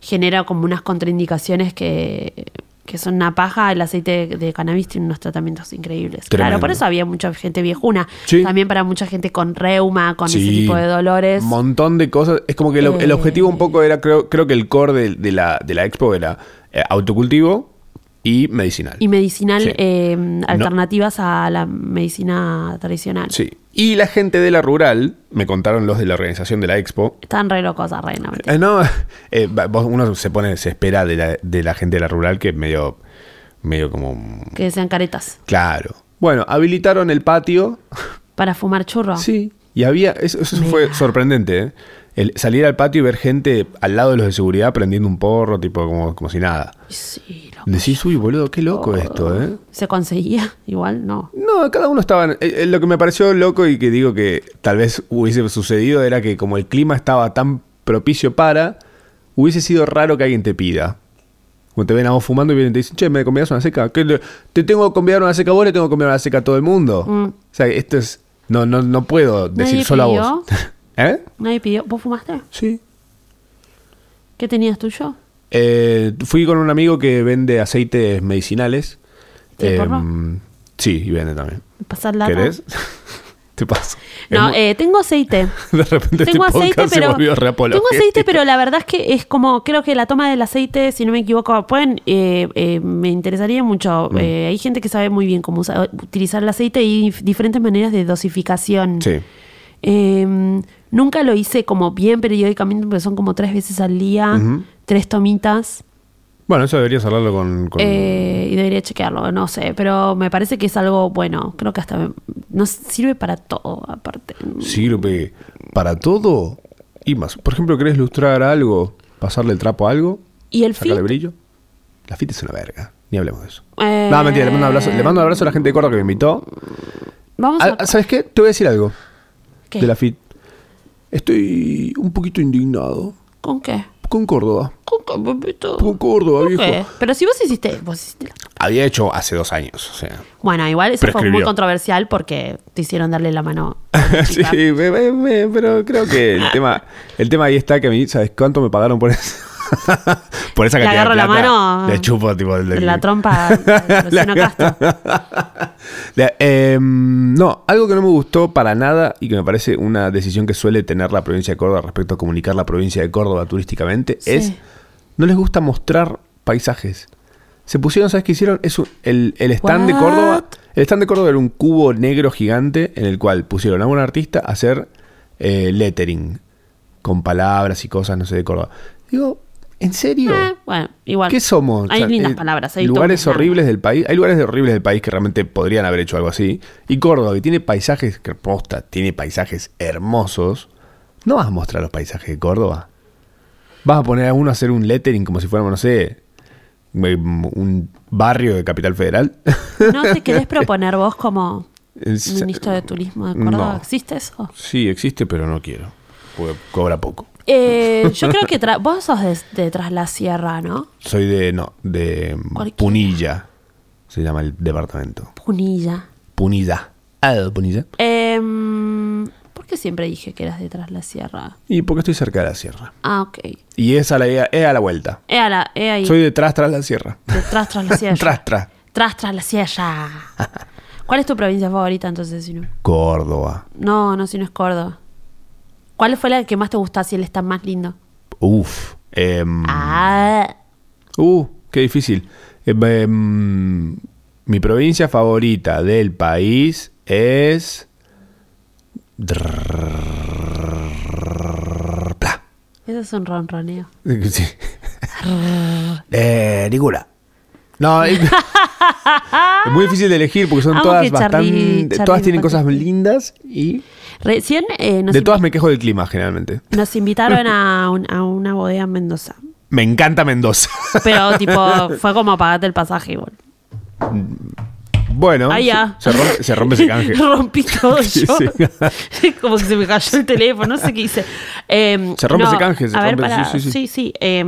genera como unas contraindicaciones que, que son una paja. El aceite de, de cannabis tiene unos tratamientos increíbles. Tremendo. Claro, por eso había mucha gente viejuna. Sí. También para mucha gente con reuma, con ese Sí, tipo de dolores. Un montón de cosas. Es como que el, el Eh. objetivo un poco era, creo, creo que el core de, de la, de la expo era eh, autocultivo y medicinal. Y medicinal, Sí. eh, alternativas a la medicina tradicional. sí. Y la gente de la rural, me contaron los de la organización de la expo. Están re locos, re no, mentira. eh, no, eh, va- vos- uno se pone, se espera de la, de la gente de la rural que es medio, medio como... un- Que sean caretas. Claro. Bueno, habilitaron el patio. Para fumar churro. Sí. Y había, eso, eso Mira. fue sorprendente, ¿eh? El salir al patio y ver gente al lado de los de seguridad prendiendo un porro, tipo como, como si nada. Sí, loco. Decís, uy, boludo, qué loco esto, ¿eh? ¿Se conseguía? Igual no. No, cada uno estaba. eh, eh, Lo que me pareció loco y que digo que tal vez hubiese sucedido era que como el clima estaba tan propicio para, hubiese sido raro que alguien te pida. Cuando te ven a vos fumando y vienen y te dicen, che, ¿me convidás una seca? ¿Qué le- ¿Te tengo que convidar una seca a vos? Le tengo que convidar una seca a todo el mundo. Mm. O sea, esto es. No, no, no puedo decir Nadie solo a pidió. vos. ¿Eh? Nadie pidió. ¿Vos fumaste? Sí. ¿Qué tenías tuyo? Eh, fui con un amigo que vende aceites medicinales. Em, ¿Tiene porro? sí, y vende también. ¿Pasar lata? ¿Querés? te paso. No, Es mu- eh, tengo aceite. de repente Tengo este aceite, podcast se pero. volvió re Tengo apologético. aceite, pero la verdad es que es como. Creo que la toma del aceite, si no me equivoco, pueden. eh, eh, me interesaría mucho. Mm. Eh, hay gente que sabe muy bien cómo usa- utilizar el aceite y dif- diferentes maneras de dosificación. Sí. Eh, nunca lo hice como bien periódicamente, porque son como tres veces al día, Ujú. tres tomitas. Bueno, eso deberías hablarlo con. con- Eh, y debería chequearlo, no sé, pero me parece que es algo bueno. Creo que hasta me- nos sirve para todo, aparte. Sirve para todo y más. Por ejemplo, ¿querés lustrar algo? ¿Pasarle el trapo a algo? Y el ¿Sacarle fit? brillo? La fit es una verga. Ni hablemos de eso. Eh, No, mentira, le mando, un abrazo, le mando un abrazo a la gente de Córdoba que me invitó. Vamos a. Ah, ¿Sabes qué? Te voy a decir algo ¿Qué? de la FIT. Estoy un poquito indignado ¿Con qué? con Córdoba. ¿Con qué, papito? Con Córdoba, ¿Con qué? viejo. Pero si vos hiciste. Vos hiciste la- Había hecho hace dos años, o sea. Bueno, igual eso fue muy Prescribió. controversial porque te hicieron darle la mano. a la sí, chica. me- me- me- pero creo que el tema, el tema ahí está que a mí, ¿sabes cuánto me pagaron por eso? por esa Le cantidad de agarro la plata, mano, Le chupo, tipo, el- la trompa al- al Luciano Castro. Le- em, no, algo que no me gustó para nada y que me parece una decisión que suele tener la provincia de Córdoba respecto a comunicar la provincia de Córdoba turísticamente Sí. es no les gusta mostrar paisajes. Se pusieron, ¿sabes qué hicieron? Es un- el, el stand de What? Córdoba. El stand de Córdoba era un cubo negro gigante en el cual pusieron a un artista a hacer eh, lettering con palabras y cosas, no sé, de Córdoba. Digo, ¿en serio? Eh, bueno, igual. ¿Qué somos? Hay O sea, lindas eh, palabras. Hay lugares tomas, nada. horribles del país. Hay lugares horribles del país que realmente podrían haber hecho algo así. Y Córdoba, que tiene paisajes, que posta, tiene paisajes hermosos. ¿No vas a mostrar los paisajes de Córdoba? ¿Vas a poner a uno a hacer un lettering como si fuéramos, no sé, un un barrio de Capital Federal? ¿No te querés proponer vos como Es- ministro de Turismo de Córdoba? No. ¿Existe eso? Sí, existe, pero no quiero. Porque cobra poco. Eh, yo creo que tra- vos sos de, de Tras la Sierra, ¿no? Soy de, no, de mm, Cualquiera. Punilla. Se llama el departamento. Punilla. Punilla. Ah, Punilla. Em, ¿Por qué siempre dije que eras de Tras la Sierra? Y porque estoy cerca de la sierra. Ah, ok. Y es a la, es a la vuelta. He, a la- he ahí. Soy detrás, tras la sierra. De Tras Tras la Sierra. Tras, tras. Tras Tras la Sierra. ¿Cuál es tu provincia favorita entonces, si no? Córdoba. No, no, si no es Córdoba. ¿Cuál fue la que más te gustó si él está más lindo? Uf. Em, Ah, Uh, qué difícil. Em, em, mi provincia favorita del país es... eso es un ronroneo. Sí. Eh, ninguna. No, es es muy difícil de elegir porque son Amo todas que Charlie- bastante... Charlie todas tienen Pataki. cosas lindas y... Recién eh, nos, De invi- todas me quejo del clima generalmente. nos invitaron a, un- a una bodega en Mendoza. Me encanta Mendoza. Pero, tipo, fue como pagarte el pasaje, igual. Bueno, Ah, ya. se, se rompe, se rompe ese canje. Rompí todo Sí, yo. sí. como que se me cayó el teléfono, no sé qué hice. Eh, Se rompe no, ese canje, se a ver, rompe- pará. sí, sí, sí. sí, eh,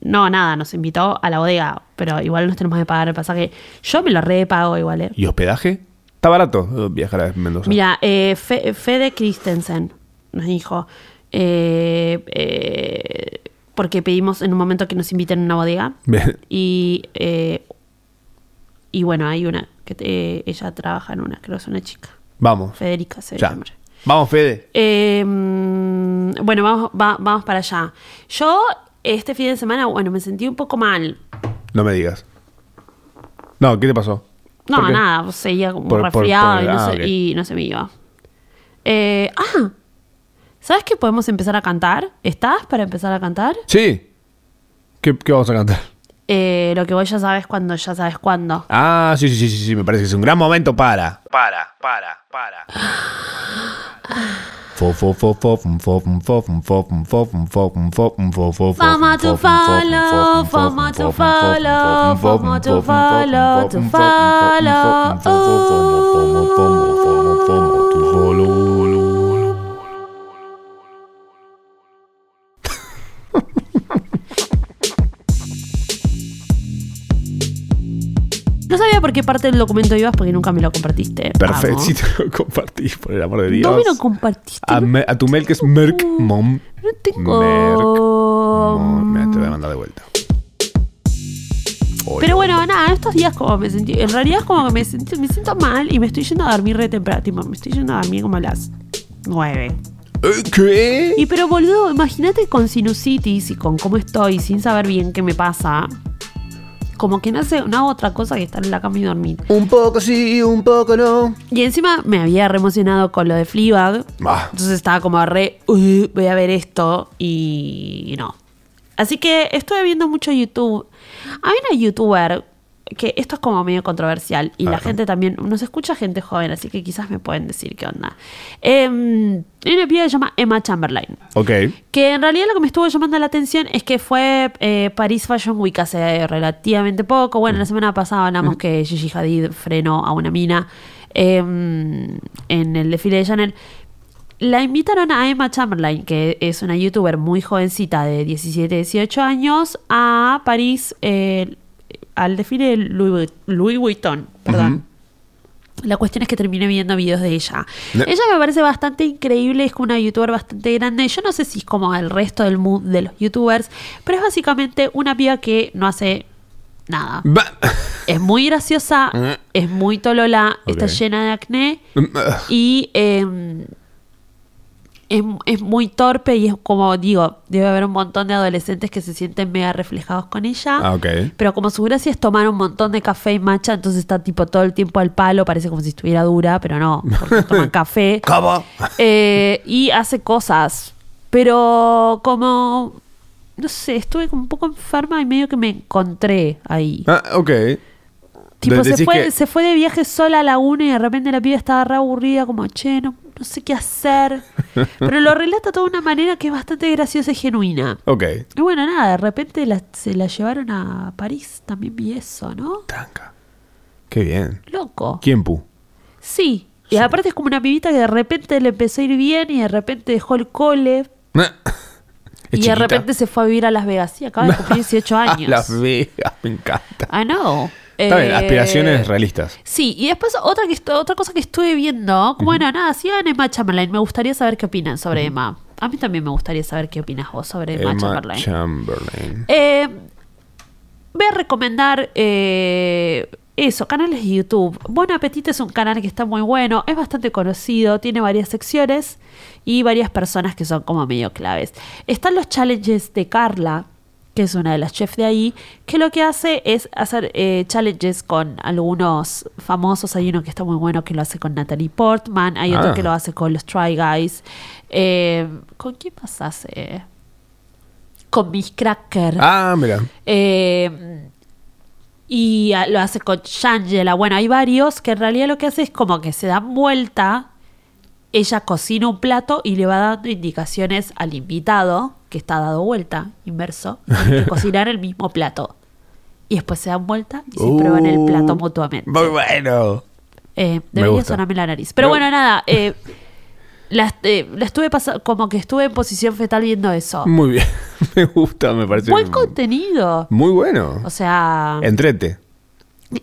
no, nada, nos invitó a la bodega, pero igual nos tenemos que pagar el pasaje. Yo me lo repago igual, ¿eh? ¿Y hospedaje? Está barato eh, viajar a Mendoza. Mira, eh, Fe- Fede Christensen nos dijo, eh, eh, porque pedimos en un momento que nos inviten a una bodega. Bien. Y, eh, y bueno, hay una, que te- ella trabaja en una, creo que es una chica. Vamos. Federica se Ya. llama. Vamos, Fede. Eh, mm, bueno, vamos, va- vamos para allá. Yo este fin de semana, bueno, me sentí un poco mal. No me digas. No, ¿qué te pasó? No, ¿Por qué? nada, seguía como Por- por- resfriado por- y, no ah, se, ok. y no se me iba. Eh, ah, ¿sabes que podemos empezar a cantar? ¿Estás para empezar a cantar? Sí. ¿Qué, qué vamos a cantar? Eh, lo que vos ya sabes cuando, ya sabes cuándo. Ah, sí, sí, sí, sí, sí, me parece que es un gran momento para. Para, para, para. fo, fo, fo, fo, fum, fo, fum, fo, fum, fo, fum, fo, fum, fo, fum, fo, fum, fo, fo, fo, Fama fum, fo, to fum, fo, follow, fum, fama fo, fum, to fo, follow, fum, fama fo, to fum, fo, follow, to fum, fo, fum, fo, fum, fo, fum, fo, fum, fo, fum, fo, fum, fo, fum, fo, fum, fo, fum, follow. to follow, follow, follow. No sabía por qué parte del documento ibas porque nunca me lo compartiste. Perfecto, Amo. si te lo compartís, por el amor de Dios. No me lo compartiste. a, me- a tu mail que es Merck Mom. No tengo. Merck Mom. Mira, te voy a mandar de vuelta. Hoy. Pero bueno, nada, en estos días como me sentí. En realidad es como que me siento, me siento mal y me estoy yendo a dormir re temprano. Tipo, me estoy yendo a dormir como a las 9. Eh, ¿Qué? Y pero boludo, imagínate con sinusitis y con cómo estoy, sin saber bien qué me pasa. Como que no, sé, no hago otra cosa que estar en la cama y dormir. Un poco sí, un poco no. Y encima me había re emocionado con lo de Fleabag. Ah. Entonces estaba como re, "Uh, voy a ver esto y no. Así que estuve viendo mucho YouTube. Hay una youtuber que esto es como medio controversial y la gente también, nos escucha gente joven, así que quizás me pueden decir qué onda. Em, hay una piba que se llama Emma Chamberlain. Ok. Que en realidad lo que me estuvo llamando la atención es que fue eh, Paris Fashion Week hace relativamente poco. Bueno, la semana pasada hablamos que Gigi Hadid frenó a una mina eh, en el desfile de Chanel. La invitaron a Emma Chamberlain, que es una youtuber muy jovencita de 17, 18 años, a París, eh, al desfile de Louis, Vu- Louis Vuitton. Perdón. La cuestión es que terminé viendo videos de ella. Le- Ella me parece bastante increíble, es como una youtuber bastante grande. Yo no sé si es como el resto del mood de los youtubers, pero es básicamente una piba que no hace nada. Va- Es muy graciosa, Mm. es muy tolola, está Ok. llena de acné Mm, ah. y eh, es, es muy torpe y es como digo, debe haber un montón de adolescentes que se sienten mega reflejados con ella. Ah, ok. Pero como su gracia es tomar un montón de café y matcha, entonces está tipo todo el tiempo al palo, parece como si estuviera dura, pero no, porque toma café. ¿Cómo? Eh, y hace cosas. Pero como, no sé, estuve como un poco enferma y medio que me encontré ahí. Ah, ok. Tipo, de- se decís fue, que- se fue de viaje sola a la una y de repente la piba estaba re aburrida, como, che, no, no sé qué hacer. Pero lo relata de una manera que es bastante graciosa y genuina. Ok. Y bueno, nada, de repente la- se la llevaron a París, también vi eso, ¿no? Tranca. Qué bien. Loco. ¿Quién pu? Sí. Y aparte es como una pibita que de repente le empezó a ir bien y de repente dejó el cole. Ah. Y Es chiquita. de repente se fue a vivir a Las Vegas. Sí, acaba de cumplir 18 A años. Las Vegas, me encanta. I know. Está bien, Eh, aspiraciones realistas. Sí, y después otra, que, estu- otra cosa que estuve viendo. Bueno, nada, sigan Emma Chamberlain. Me gustaría saber qué opinan sobre Emma. A mí también me gustaría saber qué opinas vos sobre Emma, Chamberlain. Chamberlain. Eh, voy a recomendar eh, eso, canales de YouTube. Buen Apetito es un canal que está muy bueno, es bastante conocido, tiene varias secciones y varias personas que son como medio claves. Están los challenges de Carla que es una de las chefs de ahí, que lo que hace es hacer eh, challenges con algunos famosos. Hay uno que está muy bueno que lo hace con Natalie Portman, hay otro Ah. que lo hace con los Try Guys. Eh, ¿Con quién más hace? Con Miss Cracker. Ah, mira. Eh, y a- lo hace con Shangela. Bueno, hay varios que en realidad lo que hace es como que se dan vuelta. Ella cocina un plato y le va dando indicaciones al invitado que está dado vuelta, inverso, y tiene que cocinar el mismo plato. Y después se dan vuelta y se prueban el plato mutuamente. Muy bueno. Uh. Eh, Me debería gusta. sonarme la nariz. Pero Me- bueno, nada. eh, la, eh, la estuve pasa- como que estuve en posición fetal viendo eso. Muy bien. Me gusta, me parece. Buen contenido. Muy bueno. O sea, Entrete.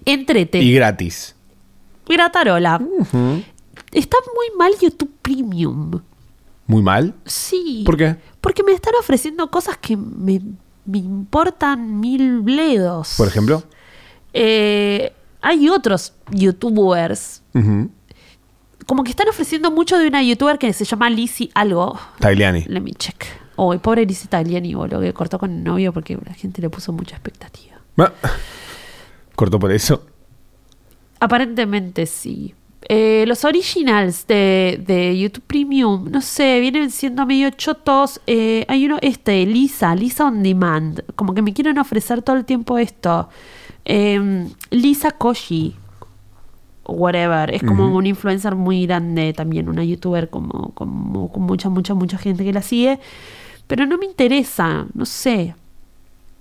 entrete. Y gratis. Gratarola. Está muy mal YouTube Premium. Muy mal. Sí. ¿Por qué? Porque me están ofreciendo cosas que me, me importan mil bledos. Por ejemplo. Eh, hay otros YouTubers. Ujú. Como que están ofreciendo mucho de una YouTuber que se llama Lizzie Algo. Tagliani. Let me check. Oh, pobre Lizzie Tagliani, boludo, que cortó con el novio porque la gente le puso mucha expectativa. Ah. Cortó por eso. Aparentemente sí. Eh, los originals de, de YouTube Premium, no sé, vienen siendo medio chotos. Eh, hay uno, este, Lisa, Lisa On Demand. Como que me quieren Em, ofrecer todo el tiempo esto. Eh, Lisa Koshi. whatever. Es como un influencer muy grande también, una youtuber como, como- con mucha, mucha, mucha gente que la sigue. Pero no me interesa, no sé.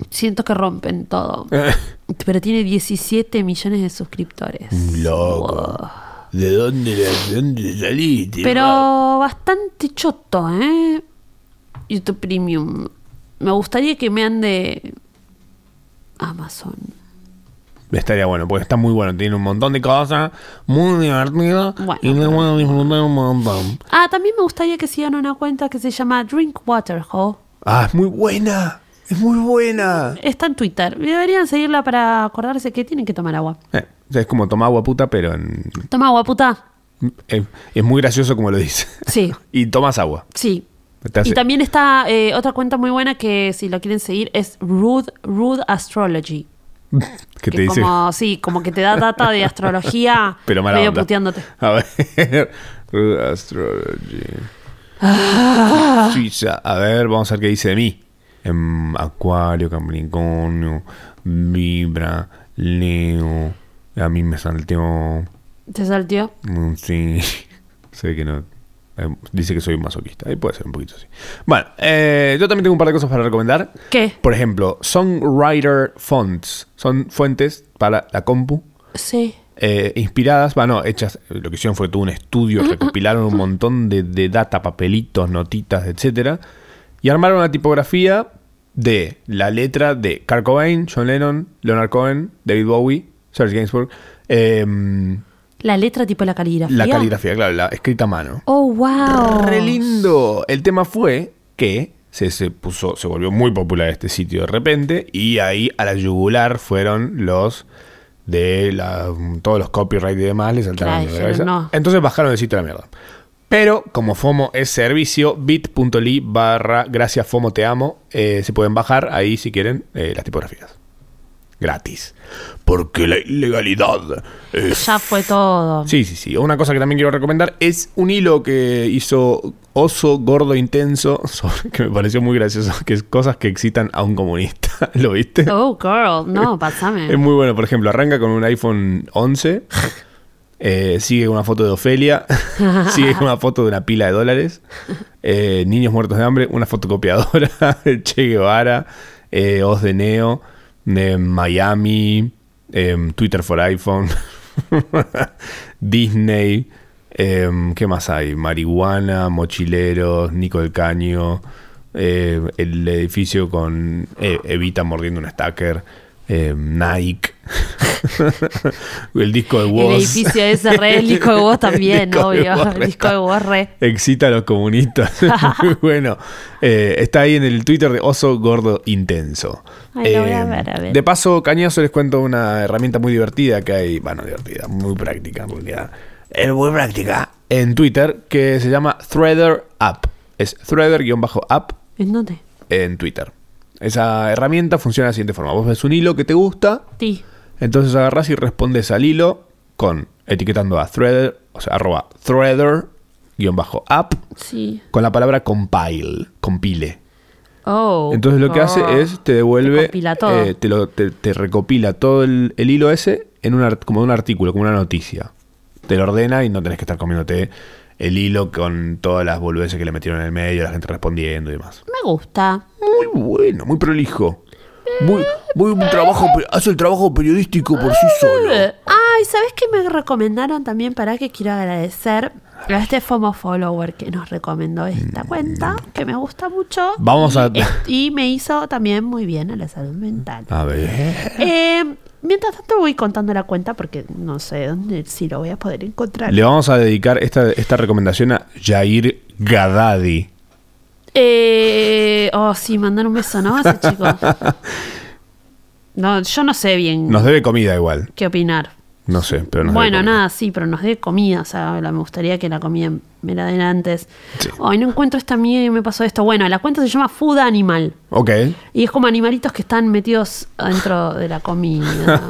Siento que rompen todo. Pero tiene 17 millones de suscriptores. Loco. ¿De dónde, de dónde saliste? Pero bastante choto, ¿eh? YouTube Premium. Me gustaría que me ande Amazon. Estaría bueno, porque está muy bueno. Tiene un montón de cosas, muy divertido. Bueno, y le pero- voy a disfrutar un montón. Ah, también me gustaría que sigan una cuenta que se llama Drinkwaterhole. Ah, es muy buena. Es muy buena. Está en Twitter. Deberían seguirla para acordarse que tienen que tomar agua. Eh, o sea, es como tomar agua puta, pero en- Toma agua, puta. es, es muy gracioso como lo dice. Sí, y tomas agua. sí. Te hace- Y también está eh, otra cuenta muy buena que si lo quieren seguir es Rude, Rude Astrology. que te que dice. como, sí, como que te da data de astrología Pero mala Ah, medio onda. puteándote. A ver. Rude Astrology. Ah. Chicha. A ver, vamos a ver qué dice de mí. Em, Acuario, Capricornio, Vibra, Leo. A mí me salteó. ¿Te saltió? Mm, Sí. Sé que no. Eh, Dice que soy un masoquista. Ahí puede ser un poquito así. Bueno, eh, yo también tengo un par de cosas para recomendar. ¿Qué? Por ejemplo, Songwriter Fonts. Son fuentes para la compu. Sí. eh, inspiradas, bueno, hechas, eh, lo que hicieron fue tuvo un estudio, recopilaron un montón de, de data, papelitos, notitas, etcétera, y armaron una tipografía de la letra de Kurt Cobain, John Lennon, Leonard Cohen, David Bowie, Serge Gainsbourg, em, La letra tipo la caligrafía. la caligrafía, claro, la escrita a mano. Oh, wow. Re lindo. El tema fue que se, se puso, se volvió muy popular este sitio de repente y ahí a la yugular fueron los de la- todos los copyright y demás les saltaron Claro, de la dijeron, cabeza. "No". Entonces bajaron el sitio a la mierda. Pero como FOMO es servicio, bit.ly barra gracias FOMO te amo, eh, se pueden bajar ahí si quieren eh, las tipografías. Gratis. Porque la ilegalidad es Ya fue todo. Sí, sí, sí. Una cosa que también quiero recomendar es un hilo que hizo Oso Gordo Intenso, sobre- que me pareció muy gracioso, que es cosas que excitan a un comunista. ¿Lo viste? Oh, girl. No, pasame. Es muy bueno. Por ejemplo, arranca con un iPhone 11, eh, sigue con una foto de Ofelia, sigue con una foto de una pila de dólares, eh, niños muertos de hambre, una fotocopiadora, Che Guevara, eh, Oz de Neo, eh, Miami, eh, Twitter for iPhone, Disney. eh, ¿Qué más hay? Marihuana, mochileros, Nico del Caño, eh, el edificio con eh, Evita mordiendo un stacker, eh, Nike, el disco de Woz. El edificio ese re, el disco de vos también, El disco de obvio. Woz el disco está- de vos re. Excita a los comunistas. Muy bueno. Eh, está ahí en el Twitter de Oso Gordo Intenso. Em, Ay, lo voy a ver, a ver. De paso, cañazo, les cuento una herramienta muy divertida que hay. Bueno, divertida, muy práctica en realidad. Es muy práctica. En Twitter, que se llama Threader App. Es Threader-app ¿En dónde? en Twitter. Esa herramienta funciona de la siguiente forma. Vos ves un hilo que te gusta, Ti. entonces agarras y respondes al hilo con etiquetando a Threader, o sea, arroba Threader-app Sí. con la palabra compile, compile. Oh. Entonces lo que hace girl. es te devuelve, Te compila todo. eh, te, lo- te- te recopila todo el, el hilo ese en un art- como un artículo, como una noticia. Te lo ordena y no tenés que estar comiéndote el hilo con todas las boludeces que le metieron en el medio, la gente respondiendo y demás. Me gusta. Muy bueno, muy prolijo. Muy, muy un trabajo, pe- hace el trabajo periodístico por sí solo. Ay, ¿sabes qué me recomendaron también para que quiero agradecer a este FOMO follower que nos recomendó esta cuenta, que me gusta mucho. Mm. Vamos a- Y, y me hizo también muy bien a la salud mental. A ver. Eh, mientras tanto voy contando la cuenta porque no sé dónde si lo voy a poder encontrar. Le vamos a dedicar esta, esta recomendación a Jair Gadadi. Eh, oh, sí, mandar un beso, ¿no? A ese chico. No, yo no sé bien Nos debe comida igual. qué opinar. No sé, pero nos debe Bueno, comida. nada, sí, pero nos dé comida. O sea, la- me gustaría que la comida me la den antes. Hoy no encuentro esta mía y me pasó esto. Bueno, la cuenta se llama Food Animal. Ok. Y es como animalitos que están metidos dentro de la comida.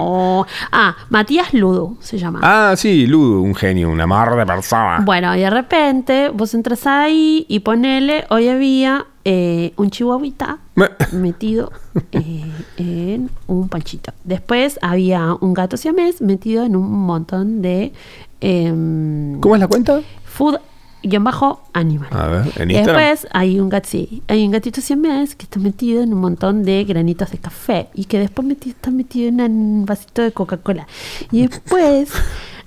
Oh. Ah, Matías Ludo se llama. Ah, sí, Ludo, un genio, un amor de persona. Bueno, y de repente vos entras ahí y ponele, hoy había eh, un chihuahuita Me- metido eh, en un panchito. Después había un gato siamés metido en un montón de em, ¿Cómo es la cuenta? food-animal. A ver, en Instagram. Después hay un, gat- sí, hay un gatito siamés que está metido en un montón de granitos de café y que después meti- está metido en un vasito de Coca-Cola. Y después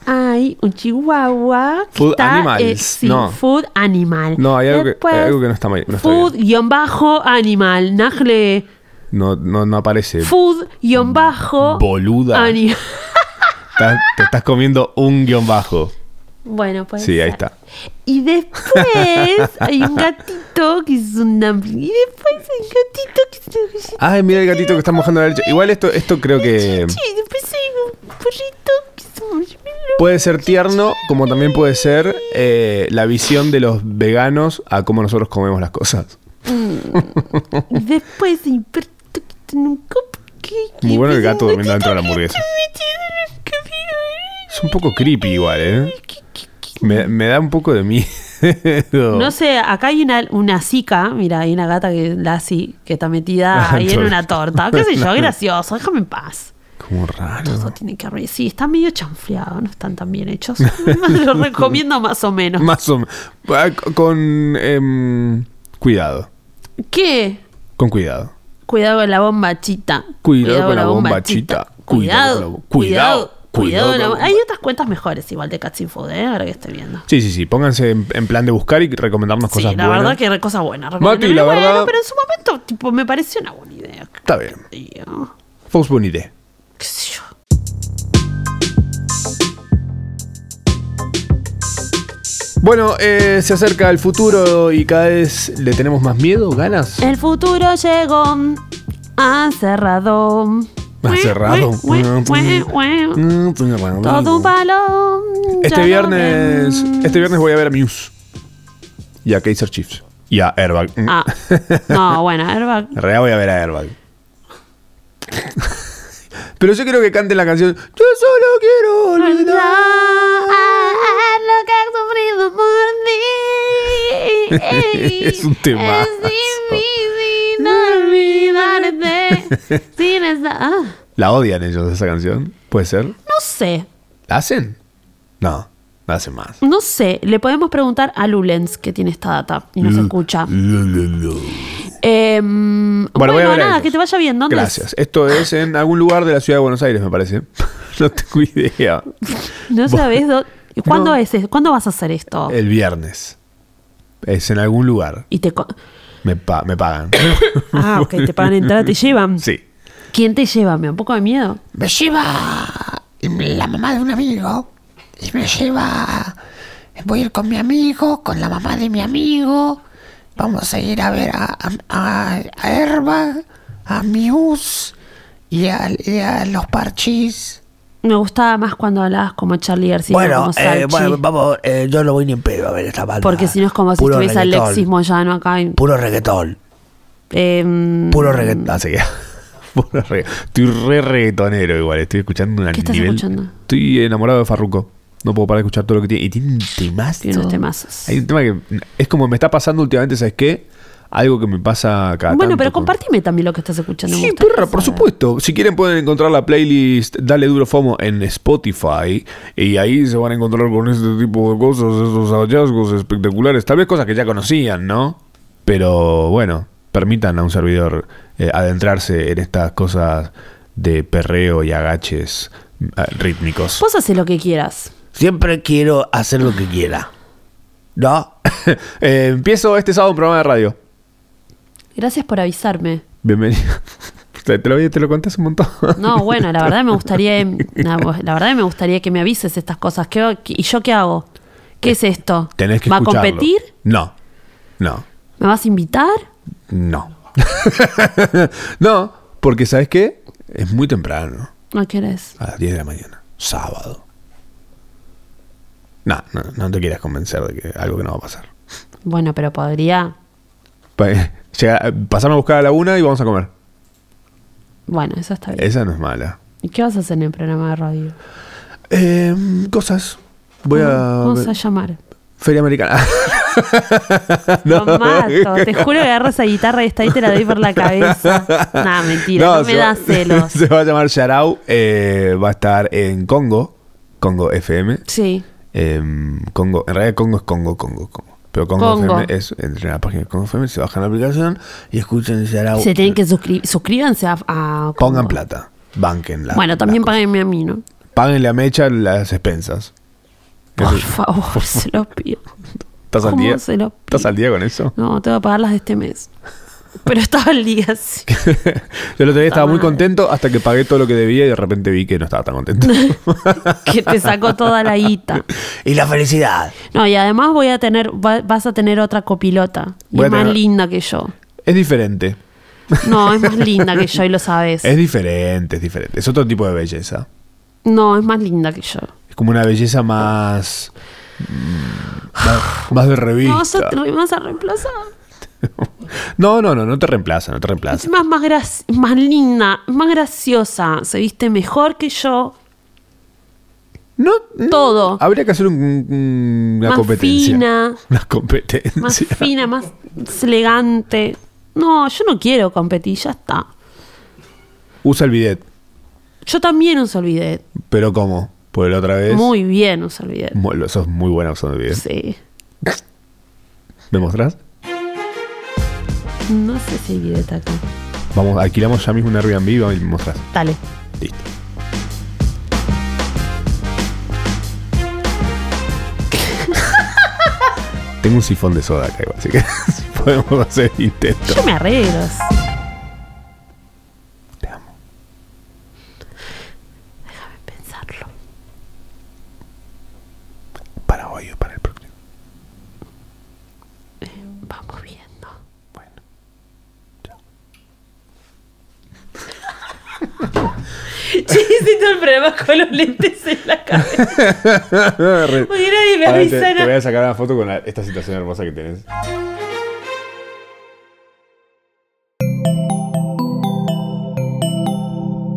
hay un chihuahua que Food está, eh, animals, sí, no. food animal. No, hay algo que- hay Después, algo que no está mal- no está bien. food-animal. Nagle. No, no, no aparece. Food-bajo. Eh, Boluda. ani- Estás- te estás comiendo un guión bajo. Bueno, pues. Sí, ahí está. Y después hay un gatito que es un dumpling. Y después hay un gatito que es una galleta. Ay, mira el gatito que está mojando la leche. Igual esto, esto creo Ah, que Y después hay un burrito que es un marshmallow. puede ser tierno, como también puede ser eh, la visión de los veganos a cómo nosotros comemos las cosas. Y después hay un perrito que está en un cupcake. Muy Y bueno el después hay gato un durmiendo dentro de la gatito hamburguesa. que está metido en un Es un poco creepy igual, ¿eh? cupcake. Me, me da un poco de miedo. No sé, acá hay una, una zika, mira, hay una gata que la así, que está metida Ah, ahí en torta. una torta. Qué sé yo, gracioso, déjame en paz. Como raro. Todo tiene que abrir. Sí, está medio chanfleado, no están tan bien hechos. Lo recomiendo más o menos. Más o menos. Ah, c- Con em, cuidado. ¿Qué? Con cuidado. Cuidado con la bomba chita. Cuidado con la bomba chita. Cuidado. Cuidado con la bo- Cuidado. Cuidado. cuidado, con la cuidado. bo- Hay otras cuentas mejores igual de Cats in Food, ¿eh? ahora que estoy viendo. Sí, sí, sí. Pónganse en, en plan de buscar y recomendarnos Sí, cosas la buenas. verdad que era cosa buena. Mati, la Bueno, verdad- Pero en su momento, tipo, me pareció una buena idea. Está bien. Y, ah, Fox Bonite. qué sé yo. Bueno, eh, se acerca el futuro y cada vez le tenemos más miedo, ganas. El futuro llegó. Ha cerrado. Ha cerrado. Ue, ue, ue, ue. Todo un palo. Mm, Este Ya viernes, no ven. este viernes voy a ver a Muse y a Kaiser Chiefs y a Airbag. Mm. Ah, no, bueno, Airbag. En realidad voy a ver a Airbag. Pero yo quiero que canten la canción Yo solo quiero olvidar. Olvidar lo que has sufrido por ti. Es un temazo. Es difícil no olvidarte. Sin esa. ah, ¿La odian ellos esa canción? ¿Puede ser? no sé, ¿La hacen? No, la hacen más. no sé. Le podemos preguntar a Lulens que tiene esta data y nos Mm. escucha. Em, bueno, voy a ver a nada, ellos. que te vaya bien. ¿Dónde es? Gracias. Esto es en algún lugar de la ciudad de Buenos Aires, me parece. No tengo idea. No sabes dónde- ¿Cuándo No. Eh, es? es- ¿Cuándo vas a hacer esto? El viernes. Es en algún lugar. Y te co- Me, pa- me pagan. ah, ok, te pagan entrada, te llevan. Sí. ¿Quién te lleva? Me da un poco de miedo. me lleva la mamá de un amigo y me lleva voy a ir con mi amigo con la mamá de mi amigo vamos a ir a ver a, a, a- a Airbag, a Muse y a, y a los parchis Me gustaba más cuando hablabas como Charlie García. no Bueno, como eh, Salchi, bueno, vamos, eh, yo no voy ni en pedo a ver esta banda. Porque si no es como si Puro estuviese reggaetón, Alexis Moyano acá. y- Puro reggaetón, em, puro reggaetón. Así que. puro regga- Estoy re reggaetonero igual. Estoy escuchando una ¿Qué estás nivel- escuchando? Estoy enamorado de Farruko. No puedo parar de escuchar todo lo que tiene. Y tiene un temazo. Tiene unos temazos. Hay un tema que es como me está pasando últimamente, ¿sabes qué? Algo que me pasa cada bueno, Ah, tanto pero con- compartime también lo que estás escuchando. me Sí, gustaría perra, por saber. supuesto. Si quieren pueden encontrar la playlist Dale Duro FOMO en Spotify y ahí se van a encontrar con este tipo de cosas, esos hallazgos espectaculares, tal vez cosas que ya conocían, ¿no? Pero bueno, permitan a un servidor eh, adentrarse en estas cosas de perreo y agaches eh, rítmicos. Vos haces lo que quieras. Siempre quiero hacer lo que quiera. ¿No? Eh, empiezo este sábado un programa de radio. Gracias por avisarme. Bienvenido. Te, te lo, vi- te lo conté hace un montón. No, bueno, la verdad me gustaría, na, vos- la verdad me gustaría que me avises estas cosas. ¿Qué, ¿Y yo qué hago? ¿Qué es esto? Tenés que ¿Va escucharlo. a competir? No. No. ¿Me vas a invitar? No. no, porque ¿sabes qué? Es muy temprano, No querés. a las 10 de la mañana, sábado. No, no, no te quieras convencer de que algo que no va a pasar. Bueno, pero podría. Pa- eh, Llega, pasame a buscar a la una y vamos a comer. Bueno, eso está bien. Esa no es mala. ¿Y qué vas a hacer en el programa de radio? Eh, cosas. Voy a... Ah, Vamos a llamar. Feria Americana. Lo mato. Te juro que agarro esa guitarra y está ahí te la doy por la cabeza. Nah, mentira, no, me se da va- celos. Se va a llamar Yarau. eh, va a estar en Congo. Congo FM. Sí. em, Congo. En realidad, Congo es Congo, Congo, Congo. Pero Congo, Congo. FM es. Entren a la página de Congo FM, se bajan la aplicación y escuchan Yarau. Se tienen que suscribir. Suscríbanse a. a- Pongan plata. Banquenla. Bueno, también Las páguenme a mí, ¿no? cosas. Páguenle a Mecha las expensas. Por Eso- favor, se los pido. ¿Estás al ¿Cómo día? se lo ¿Estás al día con eso? No, te voy a pagar las de este mes. Pero estaba al día, sí. Yo el otro día estaba muy madre. contento hasta que pagué todo lo que debía y de repente vi que no estaba tan contento. Que te sacó toda la guita. Y la felicidad. No, y además voy a tener, va- vas a tener otra copilota. Y Voy a es más tener- linda que yo. es diferente. No, es más linda que yo y lo sabes. Es diferente, es diferente. Es otro tipo de belleza. No, es más linda que yo. Es como una belleza más. mm, Más, más de Me vas, a, revista. me vas a reemplazar. No, no, no, no te reemplaza, no te reemplaza. Encima es más, gra- más linda, es más graciosa. Se viste mejor que yo. No, no. Todo. Habría que hacer un- un- una Más Ah, competencia. fina. Una competencia. Más fina, más elegante. No, yo no quiero competir, ya está. Usa el bidet. Yo también uso el bidet. Pero ¿cómo? Pues la otra vez. Muy bien uso el bidet. Mu- sos muy buena usando el bidet. Sí. ¿Me mostrás? No sé si hay bidet acá. Vamos, alquilamos ya mismo un Airbnb y vamos y me mostrás. Dale. Listo. Tengo un sifón de soda acá, igual, así que podemos hacer el intento. Yo me arreglo. Te amo. Pensarlo. Para hoy o para el próximo. Vamos viendo. Bueno. Chao. Hiciste el problema con los lentes en la cabeza. Porque nadie me Ahora te, avisa te voy nada. a sacar una foto con la- esta situación hermosa que tenés.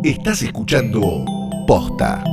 Estás escuchando Posta.